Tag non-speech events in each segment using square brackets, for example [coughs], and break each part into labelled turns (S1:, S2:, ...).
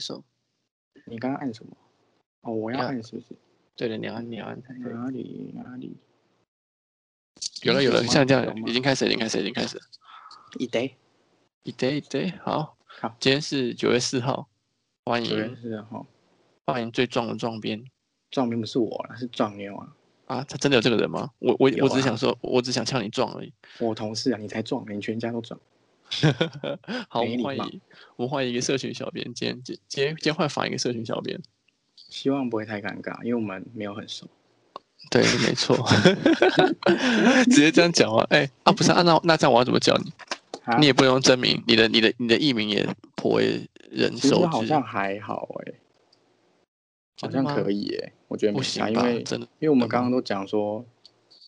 S1: 受。
S2: 你刚刚按什么？哦，我要
S1: 要
S2: 按是不是？
S1: 对的，你要按你要按才可以。
S2: 哪里哪里？
S1: 有了有了，
S2: 有吗
S1: 像这样
S2: 有吗
S1: 已经开始了，已经开始了，已经开始了。
S2: 一 day
S1: 一 day 一 day，好，
S2: 好
S1: 今天是九月四号，欢
S2: 九月
S1: 迎
S2: 四号，
S1: 欢迎最壮的壮编
S2: 壮牛不是我啦，是壮牛啊，
S1: 啊！他真的有这个人吗？我我、
S2: 有
S1: 我只
S2: 啊
S1: 是想说，我只想呛你壮而已。
S2: 我同事啊，你才壮，你全家都壮。
S1: 好，我
S2: 没
S1: 们
S2: 礼
S1: 欢
S2: 貌
S1: 迎我们欢迎一个社群小编，今天今今天今天换访一个社群小编。
S2: 希望不会太尴尬，因为我们没有很熟。
S1: 对，没错， [laughs] 直接这样讲话。哎、啊，不是啊，那那这样我要怎么叫你？
S2: 啊
S1: 你也不用真名，你的你的你的艺名也颇为人
S2: 其实
S1: 熟
S2: 好
S1: 知。
S2: 像还好哎、好
S1: 真的
S2: 像
S1: 吗
S2: 可以哎、我觉得
S1: 不
S2: 没
S1: 行
S2: 差，因
S1: 吧
S2: 为？
S1: 真的，
S2: 因为我们刚刚都讲说，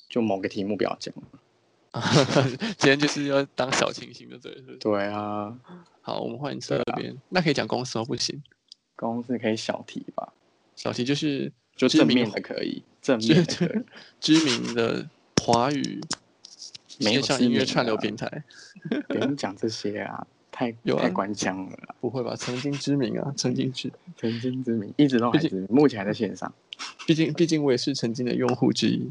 S2: 就某个题目不要讲。
S1: [laughs] 今天就是要当小清新的，对了是不是
S2: 对啊，
S1: 好，我们换这边，那可以讲公司吗？不行，
S2: 公司可以小题吧，
S1: 小题就是
S2: 就
S1: 知
S2: 正
S1: 名
S2: 面的可以，正
S1: [laughs]
S2: 面的可以。
S1: 知名的华语
S2: 没有
S1: 线上
S2: 知
S1: 音乐
S2: 名
S1: 串
S2: 的
S1: 流
S2: 啊
S1: 平台，
S2: 不用讲这些啊，太
S1: 有啊
S2: 太官腔了啦。
S1: 不会吧？曾经知名啊，曾经知，
S2: 曾经之名一直都还
S1: 毕
S2: 知名，目前还在线上。
S1: 毕竟毕竟我也是曾经的用户之一。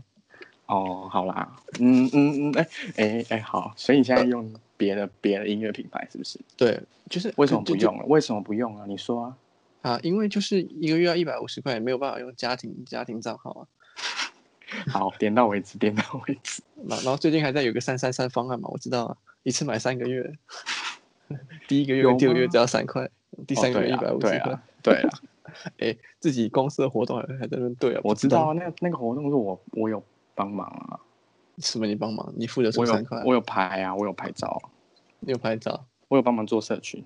S2: 哦，好啦，嗯嗯嗯，哎哎哎，好，所以你现在用别的别的音乐品牌是不是？
S1: 对，就是
S2: 为什么不
S1: 就就
S2: 用了？为什么不用啊？你说啊，
S1: 啊，因为就是一个月要一百五十块，也没有办法用家庭家庭账号啊。
S2: 好，点到为止，点到为止。
S1: 然然后最近还在有个三三三方案嘛，我知道啊，一次买三个月，第一个月
S2: 有
S1: 跟
S2: 吗
S1: 第二个月只要三块， [laughs] 第
S2: 哦
S1: 三个月
S2: 对
S1: 一
S2: 啊
S1: 百五
S2: 对
S1: 十块
S2: 啊。，对
S1: [laughs]
S2: 啊，
S1: 哎，自己公司的活动还还在那边对啊，
S2: 我
S1: 不
S2: 知道啊，那那个活动是我我有帮忙啊，
S1: 什么你帮忙，你负责出
S2: 我
S1: 三
S2: 有
S1: 块，
S2: 我有拍啊，我有拍照啊，
S1: 你有拍照。
S2: 我有帮忙做社群。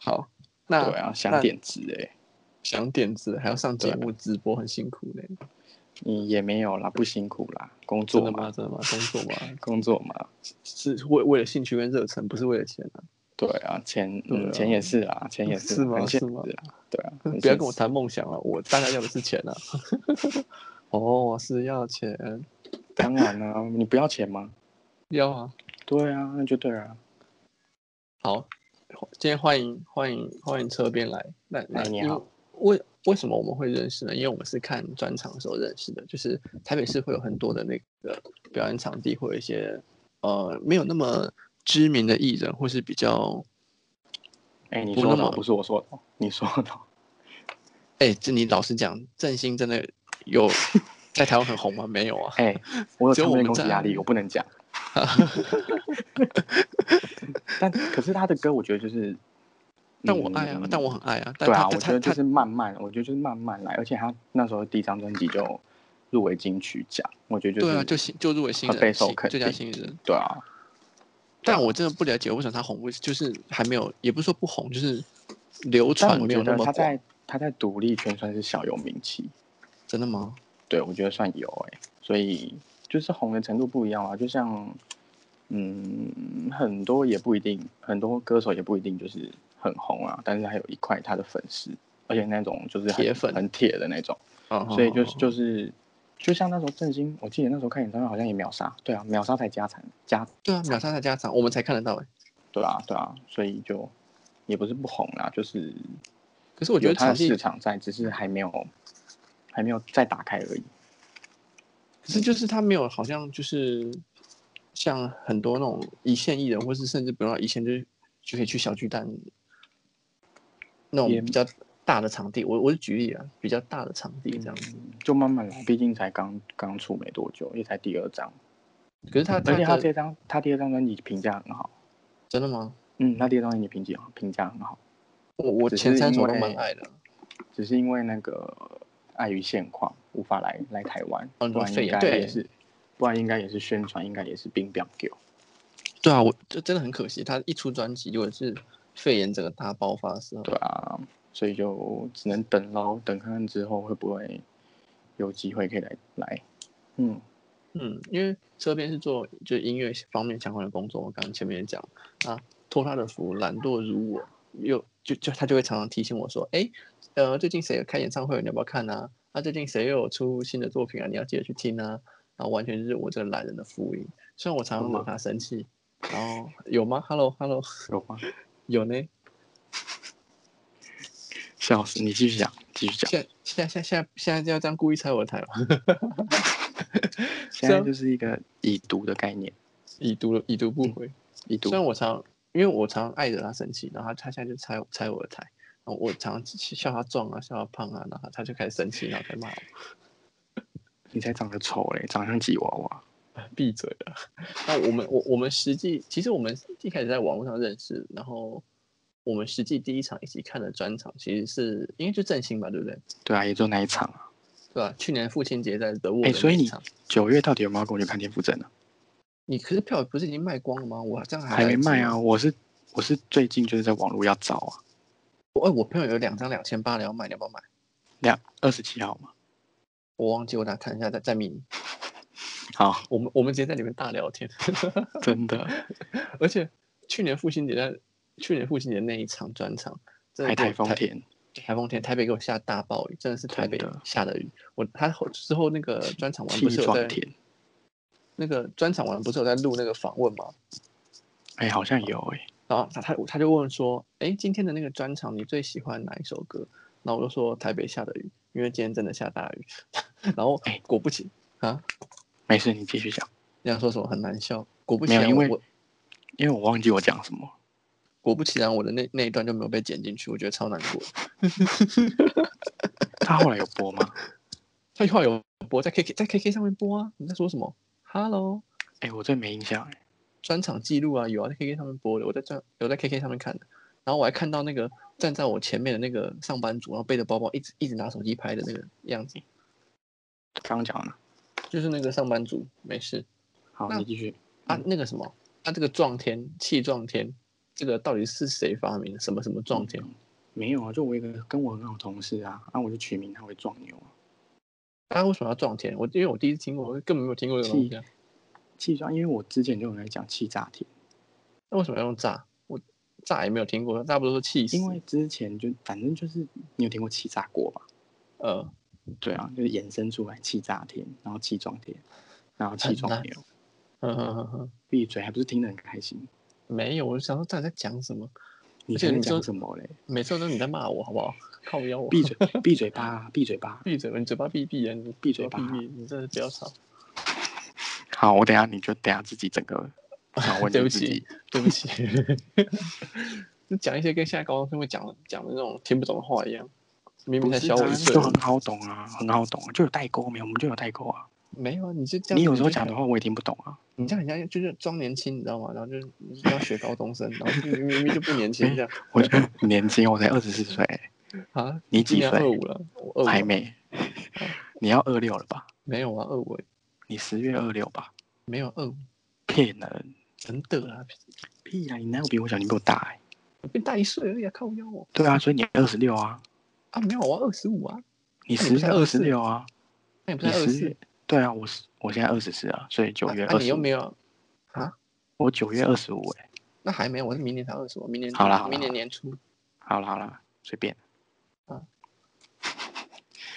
S1: 好，
S2: 对
S1: 那
S2: 啊，想
S1: 那
S2: 点子哎、
S1: 想点子还要上
S2: 对
S1: 节
S2: 啊
S1: 目直播，很辛苦嘞。
S2: 你也没有啦，不辛苦啦，工
S1: 真
S2: 作
S1: 的
S2: 嘛，
S1: 吗？真的吗？工作吗？
S2: 工作嘛。
S1: 是是为为了兴趣跟热忱，不是为了钱啊！
S2: 对啊，钱
S1: 对啊
S2: 嗯，钱也是啦，钱也
S1: 是
S2: 是
S1: 吗
S2: 很现
S1: 是
S2: 实
S1: 吗
S2: 啊，对啊，很
S1: 不要
S2: 现
S1: 跟我
S2: 实
S1: 谈梦想了，我大概要的是钱
S2: [laughs]
S1: 啊。哦，是要钱，
S2: 当然啦、 [laughs] 你不要钱吗？
S1: 要啊。
S2: 对啊，那就对啊。
S1: 好，今天欢迎欢迎欢迎车边来。那那
S2: 哎你
S1: 因为
S2: 好
S1: 为为什么我们会认识呢？因为我们是看专场的时候认识的，就是台北市会有很多的那个表演场地，会有一些呃没有那么知名的艺人，或是比较
S2: 哎、你
S1: 不
S2: 说
S1: 那
S2: 的
S1: 么
S2: 哦不是我说的哦，你说的哦。
S1: 哎，这你老实讲，振兴真的
S2: [laughs]
S1: 有在台湾很红吗？没有啊。
S2: 哎、我有
S1: 只有
S2: 唱
S1: 我
S2: 片
S1: 们
S2: 公司
S1: 在
S2: 压力，我不能
S1: [laughs]
S2: 讲。但可是他的歌，我觉得就是，
S1: 但我爱啊，
S2: 嗯
S1: 但我很爱啊，但
S2: 对啊，
S1: 他
S2: 我觉
S1: 他
S2: 得
S1: 他
S2: 就是慢慢，我觉得就是慢慢来，而且他那时候第一张专辑就入围金曲奖，我觉得就是
S1: 对啊，就新就入围新
S2: 很
S1: 人
S2: 备受
S1: 新
S2: 肯
S1: 最佳
S2: 定
S1: 新人，
S2: 对啊，
S1: 但我真的不了解为什么他红不，就是还没有，也不是说不红，就是流
S2: 但
S1: 传
S2: 我
S1: 没
S2: 觉
S1: 有那
S2: 得
S1: 么
S2: 他
S1: 广。
S2: 在他在独立圈算是小有名气，
S1: 真的吗？
S2: 对我觉得算有哎、所以就是红的程度不一样啊，就像嗯，很多也不一定，很多歌手也不一定就是很红啊，但是还有一块他的粉丝，而且那种就是很
S1: 铁粉
S2: 很铁的那种，
S1: 啊，
S2: 所以就是就是。就像那时候郑兴，我记得那时候看演唱会好像也秒杀，对啊，秒杀才加产加，
S1: 对啊，秒杀才加场，我们才看得到哎、
S2: 对啊对啊，所以就也不是不红啦，就是
S1: 可是我觉得
S2: 有它
S1: 场
S2: 的
S1: 地
S2: 市，场在，只是还没有还没有再打开而已。
S1: 可是就是他没有，好像就是像很多那种一线艺人，或是甚至不用到一线，就是就可以去小巨蛋那种
S2: 也
S1: 比较大的场地。我我是举例啊，比较大的场地这样子。
S2: 嗯就慢慢来，毕竟才刚刚出没多久，也才第二张，
S1: 可是他
S2: 而
S1: 他
S2: 且他
S1: 的
S2: 这张他第二张专辑评价很好，
S1: 真的吗？
S2: 嗯，他第二张专辑评价评价很好，
S1: 我我
S2: 只是
S1: 前三首
S2: 因
S1: 都
S2: 为
S1: 蛮爱的。
S2: 只是因为那个碍于现况无法来来台湾，
S1: 哦你说
S2: 不然
S1: 肺
S2: 应
S1: 炎
S2: 该
S1: 对
S2: 也是，不然应该也是宣传，应该也是冰冰给我。
S1: 对啊，我这真的很可惜，他一出专辑，如果是肺炎整个大爆发的时候，
S2: 对啊，所以就只能等喽，等看看之后会不会有机会可以来来，嗯，
S1: 嗯，因为这边是做就是音乐方面相关的工作，我刚刚前面也讲啊，托他的福，懒惰如我，又就就他就会常常提醒我说，哎，呃，最近谁有开演唱会，你要不要看啊？啊，最近谁又有出新的作品啊？你要记得去听啊！然后完全就是我这个懒人的福音，虽然我常常
S2: 有吗
S1: 惹他生气，然后有吗？Hello Hello，
S2: 有吗？
S1: 有呢，
S2: 笑死！你继续讲，继续讲。
S1: 现现在现在现在现在就要这样故意拆我的台吗？啊
S2: 现在就是一个已读的概念，
S1: 已读了，已读不回。
S2: 已读
S1: 嗯虽。然我常因为我常碍着他生气，然后他他现在就拆我拆我的台，然后我常笑他壮啊，笑他胖啊，然后他就开始生气，然后再骂我。
S2: 你才长得丑嘞，长相吉娃娃。
S1: 闭嘴了。那我们我我们实际其实我们一开始在网络上认识，然后我们实际第一场一起看的专场其实是应该就振兴吧，对不对？
S2: 对啊，也就那一场啊。
S1: 对吧、去年父亲节在德沃
S2: 哎
S1: 的
S2: 所以
S1: 那
S2: 你
S1: 场，
S2: 九月到底有没有跟我去看天赋证啊？
S1: 你可是票不是已经卖光了吗？我这样还
S2: 还没卖
S1: 来得及
S2: 啊，
S1: 吗！
S2: 我是我是最近就是在网络要找啊，
S1: 我哎我朋友有两张两千八的要卖，你要不要买？
S2: 两二十七号嘛。
S1: 我忘记我拿看一下，再再密你。
S2: [laughs] 好，
S1: 我们我们直接在里面大聊天， [laughs]
S2: 真的
S1: 而且去年父亲节在去年父亲节那一场专场，真的
S2: 还
S1: 给我
S2: 台风
S1: 太
S2: 天，
S1: 台风天，台北给我下大暴雨，真的是台北
S2: 真的
S1: 下的雨。我他后之后那个专场完
S2: 气
S1: 不是有
S2: 壮
S1: 在
S2: 天。
S1: 那个专场完不是有在录那个访问吗？
S2: 哎、好像有哎、
S1: 然后他他他就问说，哎，今天的那个专场你最喜欢哪一首歌？然后我就说台北下的雨，因为今天真的下大雨。 [laughs] 然后
S2: 哎
S1: 果不其啊
S2: 没事，你继续讲。
S1: 你想说什么很难笑，果不其
S2: 没有
S1: 然
S2: 因
S1: 我
S2: 为
S1: 我
S2: 因为我忘记我讲什么，
S1: 果不其然我的那那一段就没有被剪进去，我觉得超难过。
S2: 他后来有播吗？ [laughs]
S1: 他一会儿有播在 KK 在 KK 上面播啊，你在说什么？Hello，
S2: 哎、我真没印象哎、
S1: 专场记录啊，有啊，在 KK 上面播的，我在专有在 KK 上面看的，然后我还看到那个站在我前面的那个上班族，然后背着包包一直一直拿手机拍的那个样子，
S2: 刚刚讲了。
S1: 就是那个上班族，没事
S2: 好，
S1: 那
S2: 你继续。
S1: 啊，那个什么，啊，这个撞天气撞天，这个到底是谁发明的？什么什么撞天？
S2: 没有啊，就我一个跟我很好的同事啊，那、我就取名他为壮牛啊。
S1: 大家为什么要撞天？我因为我第一次听过，我根本没有听过这个东西、啊，
S2: 气炸，因为我之前就有人在讲气炸天，
S1: 那为什么要用炸？我炸也没有听过，大家不都说气死？
S2: 因为之前就反正就是你有听过气炸锅吧？
S1: 呃，
S2: 对啊，就是衍生出来气炸天，然后气壮天，然后气壮牛。
S1: 呵呵呵呵，
S2: 闭嘴，还不是听得很开心？
S1: 没有，我就想说到底在讲什么？
S2: 你
S1: 而且
S2: 现在
S1: 你说
S2: 讲什么嘞？
S1: 每次都是你在骂我，好不好？靠腰我。
S2: 闭嘴，闭嘴吧，闭嘴吧。
S1: 闭嘴吧，你嘴巴闭闭啊！你
S2: 闭嘴
S1: 巴
S2: 吧
S1: 闭闭，你真的不要吵。
S2: [laughs] 好，我等一下你就等一下自己整 [laughs] 个访问
S1: 对
S2: 你
S1: 不
S2: 自己
S1: 起。，对不起。你讲一些跟现在高中生会讲的讲的那种听不懂的话一样，明明
S2: 不
S1: 才
S2: 是
S1: 小
S2: 啊
S1: 我一岁
S2: 就。很好懂啊，很好懂、啊，就有代沟没有？我们就有代沟啊。
S1: 没有啊，你就这样。
S2: 你有时候讲
S1: 就
S2: 的，话我也听不懂啊。
S1: 你这样人家就是装年轻，你知道吗？然后就是你要学高中生，然后就明明明就不年轻
S2: [laughs]
S1: 这样
S2: 我觉得年轻，我才二十四岁，
S1: 啊。
S2: 你
S1: 今
S2: 几
S1: 年
S2: 岁
S1: 二五了，我二五
S2: 还没。 [laughs] 你要二六了吧？
S1: 没有啊，二五欸
S2: 你十月二六吧？
S1: 没有二五，
S2: 骗人！
S1: 真的啦，
S2: 屁啊！你哪有比我小？你比我大哎、
S1: 我比你大一岁而已啊，靠腰哦
S2: 对啊，所以你二十六啊，
S1: 啊，没有我二十五啊，
S2: 你
S1: 那
S2: 十
S1: 你不
S2: 月
S1: 是
S2: 二
S1: 24
S2: 十六啊，
S1: 那也不
S2: 你
S1: 是二
S2: 十
S1: 十
S2: 月对啊，我是我现在二十四啊，所以九
S1: 四，
S2: 月
S1: 啊啊
S2: 二
S1: 你
S2: 十
S1: 又，没有啊？
S2: 我九月二十五哎。
S1: 那还没有，我是明年才二十五，明年
S2: 好啦好啦
S1: 明年年初
S2: 好啦好啦，随
S1: 嗯
S2: 便，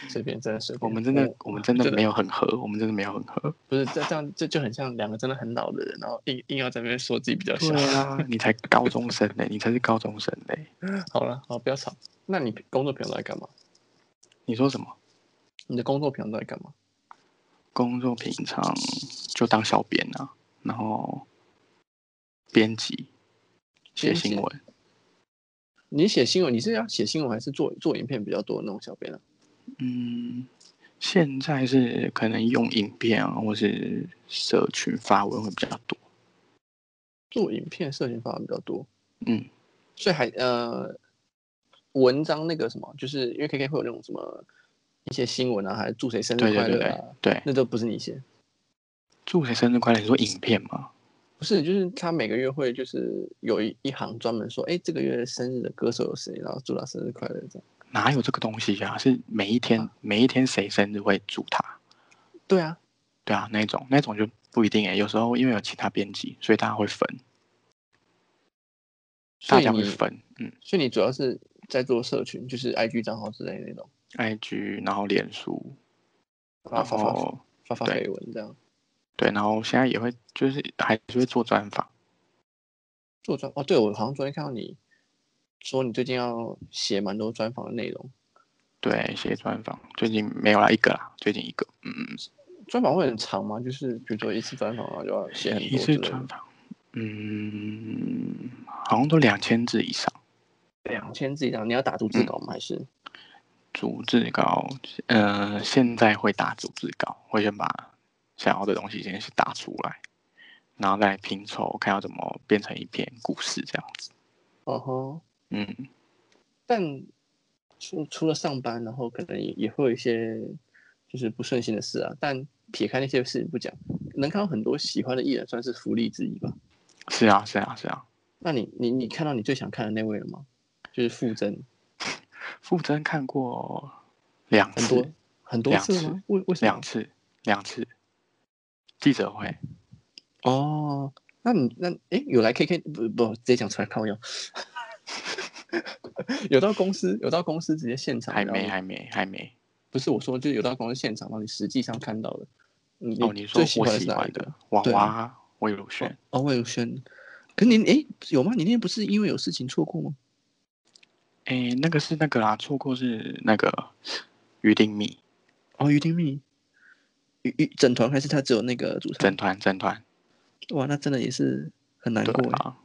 S1: 随便真的随便。
S2: 我们真的我们真的没
S1: 有，
S2: 有很合，我们真的没有很合。
S1: 不是这这样这就很像两个真的很老的人，然后硬硬要在那边说自己比较小。
S2: 对啊，你才高中生嘞，你才是高中生嘞。
S1: [laughs] 好了，好不要吵。那你工作平常都在干嘛？
S2: 你说什么？
S1: 你的工作平常都在干嘛？
S2: 工作平常就当小编啊，然后编辑写
S1: 编辑
S2: 新闻，
S1: 你写新闻，你是要写新闻还是做做影片比较多的那种小编啊？
S2: 嗯，现在是可能用影片啊，或是社群发文会比较多。
S1: 做影片、社群发文比较多，
S2: 嗯，
S1: 所以还呃，文章那个什么，就是因为 KK 会有那种什么一些新闻啊，还是祝谁生
S2: 对
S1: 日
S2: 对
S1: 快
S2: 对
S1: 乐
S2: 对
S1: 啊，
S2: 对。
S1: 那都不是你写。
S2: 祝谁生日快乐？你说影片吗？
S1: 不是，就是他每个月会就是有一一行专门说，哎，这个月生日的歌手有谁，然后祝他生日快乐这样。
S2: 哪有这个东西啊？是每一天、每一天谁生日会祝他？
S1: 对啊，
S2: 对啊，那种那种就不一定诶、欸有时候因为有其他编辑，所以大家会分，
S1: 所
S2: 大
S1: 以
S2: 家会
S1: 你
S2: 分。嗯
S1: 所以你主要是在做社群，就是 IG 账号之类的那种，
S2: ，IG，然后脸书，
S1: 然
S2: 然
S1: 后发发
S2: 后
S1: 发发
S2: 哦对
S1: 绯闻这样。
S2: 对，然后现在也会就是还是会做专访。
S1: 做专哦，对我好像昨天看到你说你最近要写蛮多专访的内容，
S2: 对，写专访，最近没有啦，一个啦，最近一个，嗯嗯，
S1: 专访会很长吗？就是比如说一次专访啊，就要写很
S2: 一
S1: 多之
S2: 次
S1: 类的
S2: 专，访，嗯，好像都两千字以上，
S1: 两千字以上，你要打逐字稿吗？还是
S2: 逐字稿，呃，现在会打逐字稿，会先把想要的东西先去打出来，然后再拼凑，看要怎么变成一篇故事这样子，
S1: 哦吼，
S2: 嗯。
S1: 但除除了上班，然后可能也也会有一些就是不顺心的事啊。但撇开那些事不讲，能看到很多喜欢的艺人，算是福利之一吧。
S2: 是啊，是啊，是啊。
S1: 那你你你看到你最想看的那位了吗？就是傅征，
S2: 傅征看过两
S1: 很多
S2: 次，
S1: 很多
S2: 两
S1: 次
S2: 次
S1: 吗？为为什么
S2: 两？次，两次记者会。
S1: 哦，那你那诶，有来 KK 不不直接讲出来靠用， [laughs] 有到公司有到公司直接现场
S2: 还
S1: 然
S2: 没，
S1: 后
S2: 还没，还没。
S1: 不是我说，就是有到公司现场，然后你实际上看到的。你
S2: 哦，你说
S1: 最喜
S2: 我
S1: 欢的是
S2: 喜
S1: 哪一
S2: 欢
S1: 个
S2: 的？娃
S1: 对啊
S2: 娃魏如萱，
S1: 哦，魏如萱。可是你诶有吗？你那天不是因为有事情错过吗？
S2: 哎，那个是那个啦，错过是那个于丁密
S1: 哦，于丁密，于于整团还是他只有那个主唱
S2: 整？团整团
S1: 哇，那真的也是很难
S2: 对
S1: 过诶。
S2: 啊。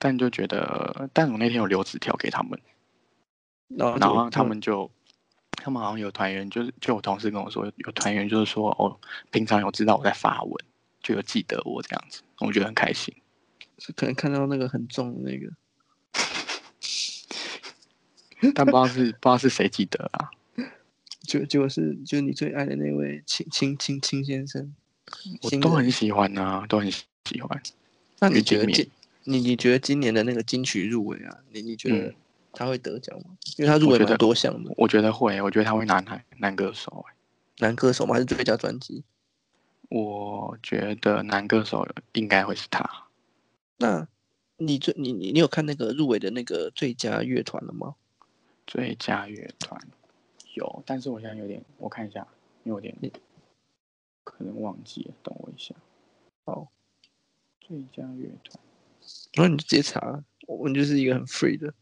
S2: 但就觉得，但我那天有留纸条给他们，
S1: 欸然后
S2: 然
S1: 哦就嗯
S2: 后他们就，他们好像有团员，就是就有同事跟我说，有团员就是说，哦，平常有知道我在发文，就有记得我这样子，我觉得很开心。
S1: 是可能看到那个很重的那个，
S2: 但不知道是不知道是谁记得啊？
S1: 就结果是就是你最爱的那位秦秦秦秦先生。
S2: 我
S1: 新
S2: 都
S1: 人
S2: 很喜欢啊，都很喜欢。
S1: 那你
S2: 于金
S1: 觉得
S2: 敏
S1: 今你你觉得今年的那个金曲入围啊，你你觉得
S2: 嗯
S1: 他会得奖吗？因为他入
S2: 我
S1: 围
S2: 觉
S1: 蛮
S2: 得
S1: 多项的，
S2: 我觉得会，我觉得他会拿男男歌手、欸。
S1: 男歌手嘛，还是最佳专辑？
S2: 我觉得男歌手应该会是他。
S1: 那你最你你你有看那个入围的那个最佳乐团了吗？
S2: 最佳乐团有，但是我现在有点，我看一下，因为我有
S1: 你
S2: 点可能忘记了，等我一下。
S1: 好，
S2: 最佳乐团
S1: 然后你就直接查，我我就是一个很 free 的。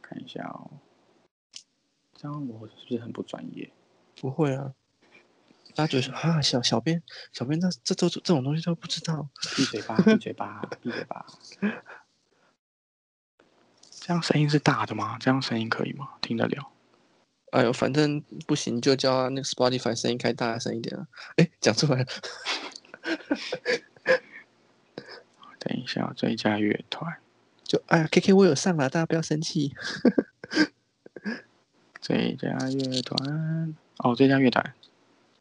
S2: 看一下哦。这样我是不是很不专业？
S1: 不会啊，大家觉得说啊，小小编小编那这这这种东西都不知道，
S2: 闭嘴巴，闭嘴巴，闭嘴巴。这样声音是大的吗？这样声音可以吗？听得了？
S1: 哎呦，反正不行就叫他那个 Spotify 声音开大声一点啊。哎，讲出来了，
S2: 等一下，最佳乐团，
S1: 就哎呀，KK 我有上了，大家不要生气。
S2: 最佳乐团，哦，最佳乐团，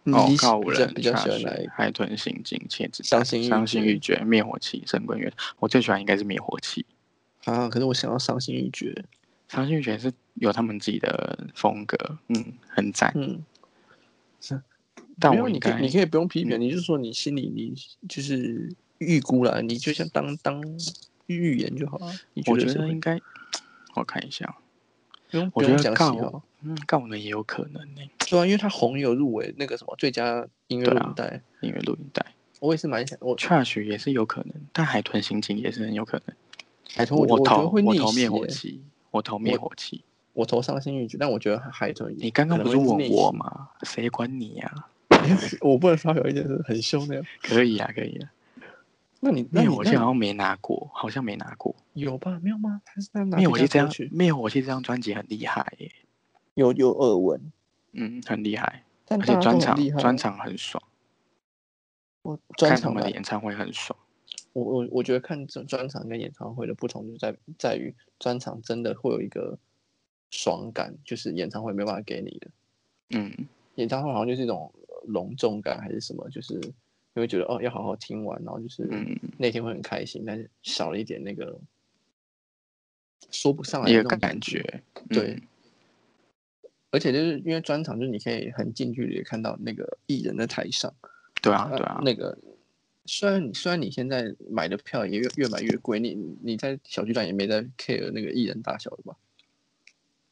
S1: 你
S2: 哦
S1: 你，喜
S2: 告五
S1: 嗯比较
S2: 人
S1: 比较
S2: 下
S1: 喜欢
S2: 雪
S1: 哪一个？
S2: 海豚刑警、茄子
S1: 伤
S2: 蛋
S1: 心欲
S2: 伤心
S1: 绝
S2: 欲绝、灭火器、神棍乐。我最喜欢应该是灭火器，
S1: 啊，可是我想要伤心欲绝。
S2: 伤心欲绝是有他们自己的风格，嗯，很赞。
S1: 嗯，
S2: 但
S1: 没有
S2: 我应
S1: 你可
S2: 该
S1: 以你可以不用批
S2: 嗯
S1: 评，你就说你心里你就是预估啦，你就像当当预言就好了。你
S2: 我
S1: 得
S2: 觉
S1: 是
S2: 得
S1: 会
S2: 应该，我看一下，
S1: 不用
S2: 我
S1: 不
S2: 觉
S1: 用
S2: 得
S1: 讲喜哦
S2: 告
S1: 好，
S2: 嗯，告五人也有可能呢、
S1: 对啊，因为他红有入围那个什么最佳音乐
S2: 对
S1: 录
S2: 啊
S1: 影带，
S2: 音乐录音带
S1: 我也是蛮想我
S2: Trash 也是有可能，但海豚刑警也是很有可能。
S1: 海豚，我觉
S2: 我
S1: 得觉得
S2: 投
S1: 会逆
S2: 投
S1: 袭
S2: 灭火
S1: 耶。
S2: 器，我投灭火器。
S1: 我投伤心欲绝，但我觉得海豚
S2: 你刚刚
S1: 可
S2: 不
S1: 能
S2: 是
S1: 会
S2: 问
S1: 逆
S2: 我
S1: 袭？
S2: 吗？谁管你呀、
S1: [laughs] 我不能发表意见，是很凶的。
S2: 可以啊，可以啊。
S1: 那你那
S2: 灭
S1: 你
S2: 火
S1: 那
S2: 器
S1: 你
S2: 好像没拿过，好像没拿过。
S1: 有吧？没有吗？还是他拿
S2: 灭
S1: 最
S2: 火
S1: 佳
S2: 器这
S1: 歌
S2: 张
S1: 曲
S2: 灭火器这张专辑很厉害耶，
S1: 有有耳闻，
S2: 嗯，很厉害，
S1: 但
S2: 而且
S1: 大家
S2: 专
S1: 都很厉
S2: 场
S1: 害
S2: 专场很爽，
S1: 我专
S2: 看他
S1: 场
S2: 们
S1: 吧
S2: 的，演唱会很爽。
S1: 我我我觉得看专专场跟演唱会的不同就在在于专场真的会有一个爽感，就是演唱会没办法给你的。
S2: 嗯，
S1: 演唱会好像就是一种呃隆重感还是什么，就是你会觉得哦要好好听完，然后就是
S2: 嗯
S1: 那天会很开心，但是少了一点那个说不上来
S2: 一
S1: 的
S2: 个
S1: 那种
S2: 感
S1: 觉。
S2: 觉，
S1: 对
S2: 嗯
S1: 而且就是因为专场，就是你可以很近距离地看到那个艺人在台上，
S2: 对啊，
S1: 呃
S2: 对啊，
S1: 那个虽然你虽然你现在买的票也越越买越贵，你你你在小巨蛋也没在 care 那个艺人大小的吧？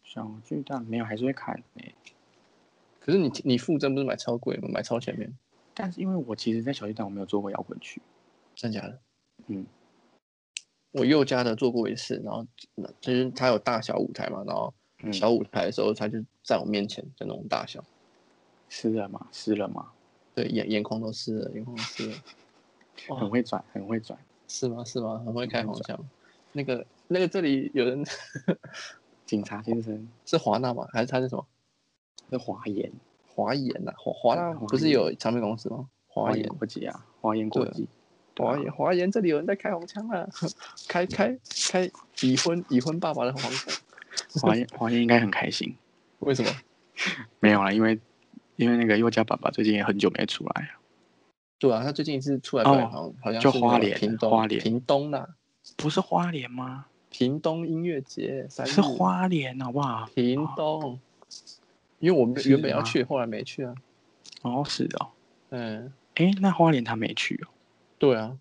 S2: 小巨蛋没有还是会看耶
S1: 可是你你附赠不是买超贵吗？买超前面，
S2: 但是因为我其实，在小巨蛋我没有做过摇滚区，
S1: 真假的？
S2: 嗯，
S1: 我佑家的做过一次，然后就是他有大小舞台嘛，然后
S2: 嗯
S1: 小舞台的时候他就在我面前的那种大小，
S2: 湿了吗？湿了吗？
S1: 对，眼眼眶都湿了，眼眶都湿了，哇
S2: 很会转，很会转。
S1: 是吗？是吗？很会开
S2: 很
S1: 黄腔。那个那个这里有人 [laughs]
S2: 警察先生
S1: 是华纳吗？还是他是什么
S2: 是华研，
S1: 华研呐、华啊华纳
S2: 对华
S1: 不是
S2: 研
S1: 有唱片公司吗？华
S2: 华
S1: 研
S2: 研国际啊，华研国
S1: 对啊
S2: 际，对啊
S1: 华研华研这里有人在开黄腔啊， [laughs] 开开开已婚已婚爸爸的黄腔，
S2: 啊华研华研应该很开心。
S1: 为什么？
S2: 没有啦，因为因为那个佑家爸爸最近也很久没出来了，
S1: 对啊，他最近一次出来
S2: 哦
S1: 表演好像、好像
S2: 就是
S1: 那个
S2: 花莲
S1: 屏东
S2: 花莲
S1: 屏东呐、啊，
S2: 不是花莲吗？
S1: 屏东音乐节三
S2: 是
S1: 日
S2: 花莲啊好不好？
S1: 屏东，因为我们
S2: 是
S1: 原本要
S2: 吗
S1: 去，后来没去啊。
S2: 哦，是哦。
S1: 嗯，
S2: 诶，那花莲他没去哦。
S1: 对啊，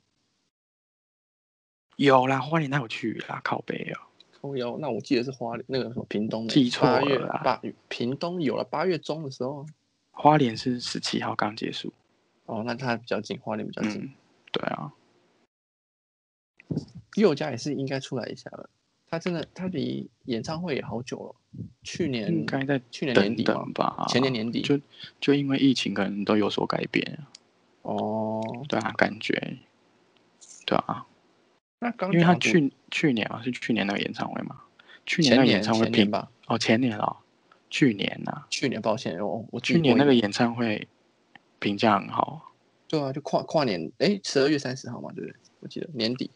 S2: 有啦，花莲他有去啦，靠北哦。
S1: 靠腰，那我记得是花莲那个什么屏东的，
S2: 记错
S1: 八
S2: 了
S1: 月
S2: 啦
S1: 八屏东有了八月中的时候，啊
S2: 花莲是十七号刚结束。
S1: 哦，那它比较近，花莲比较近，
S2: 嗯，对啊，
S1: 佑嘉也是应该出来一下了。他真的，他离演唱会也好久了，去年
S2: 应该在
S1: 去年年
S2: 等
S1: 底嘛
S2: 等，吧。
S1: 前年年底
S2: 就就因为疫情可能都有所改变啊，
S1: 哦，
S2: 对啊，感觉，对啊，
S1: 那刚
S2: 因为他
S1: 讲到
S2: 去去年啊是去年那个演唱会嘛，去年那
S1: 前
S2: 个
S1: 年
S2: 演唱会
S1: 前年
S2: 平
S1: 吧，
S2: 哦前年哦，去年呐、
S1: 去年抱歉，哦我我
S2: 去年那个
S1: 也
S2: 演唱会评价很好，
S1: 对啊，就跨跨年，哎，十二月三十号嘛，对不对？我记得年底，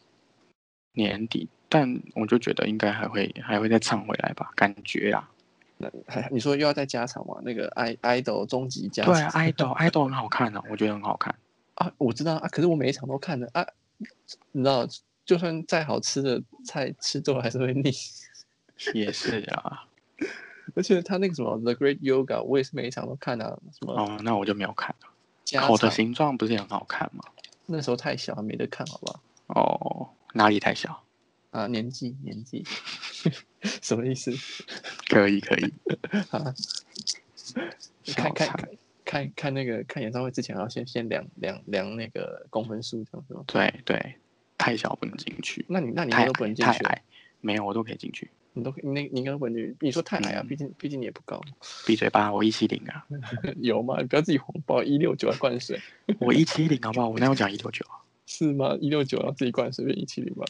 S2: 年底，但我就觉得应该还会还会再唱回来吧，感觉啦。
S1: 那还你说又要再加场嘛？那个爱爱豆终极加
S2: 对啊
S1: 场
S2: ，idol idol 很好看哦，我觉得很好看。
S1: 啊，我知道啊，可是我每一场都看的啊，你知道，就算再好吃的菜吃多了还是会腻。
S2: 也是啊
S1: [laughs]
S2: 啦，
S1: 而且他那个什么 The Great Yoga，我也是每一场都看啊，什么
S2: 哦，那我就没有看。
S1: 加
S2: 口的
S1: 场，
S2: 形状不是也很好看吗？
S1: 那时候太小，还没得看，好吧？
S2: 哦，哪里太小？
S1: 啊，年纪年纪， [laughs] 什么意思？
S2: 可以
S1: [laughs]
S2: 可以，
S1: 啊，
S2: 小
S1: 看看
S2: 菜。
S1: 看看那个看演唱会之前，要先先量量量那个公分数，这样是吗？
S2: 对对，太小不能进去，
S1: 那你那你应
S2: 太
S1: 该都不
S2: 矮
S1: 能进
S2: 太
S1: 去，
S2: 矮，没有我都可以进去。
S1: 你都你你应该都不能进去。你说太矮啊，
S2: 嗯
S1: 毕竟毕竟你也不高， [laughs]
S2: 闭嘴吧，我一七零啊，
S1: 有吗？你不要自己谎报一六九来灌水，
S2: 我一七零好不好？我哪有讲一六九？
S1: 是吗？一六九要自己灌水，变一七零吧？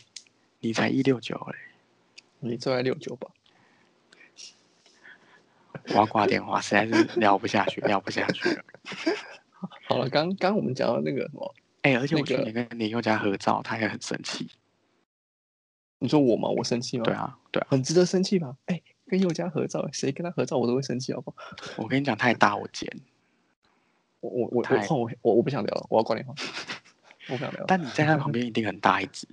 S2: 你才一六九嘞，
S1: 你最爱六九吧？
S2: 我要挂电话，实在是聊不下去，聊不下去了。
S1: 好了，刚刚我们讲到那个什么，
S2: 哎、而且我
S1: 那个
S2: 去年跟林宥嘉合照，他也很生气。
S1: 你说我吗？我生气吗？
S2: 对，啊，对啊，
S1: 很值得生气吧？哎、跟佑嘉合照，谁跟他合照我都会生气，好不好？
S2: 我跟你讲，他也打我肩，
S1: 我我我我
S2: 太
S1: 换我我我不想聊了，我要挂电话， [laughs] 我不想聊了。
S2: 但你在他旁边一定很大一只，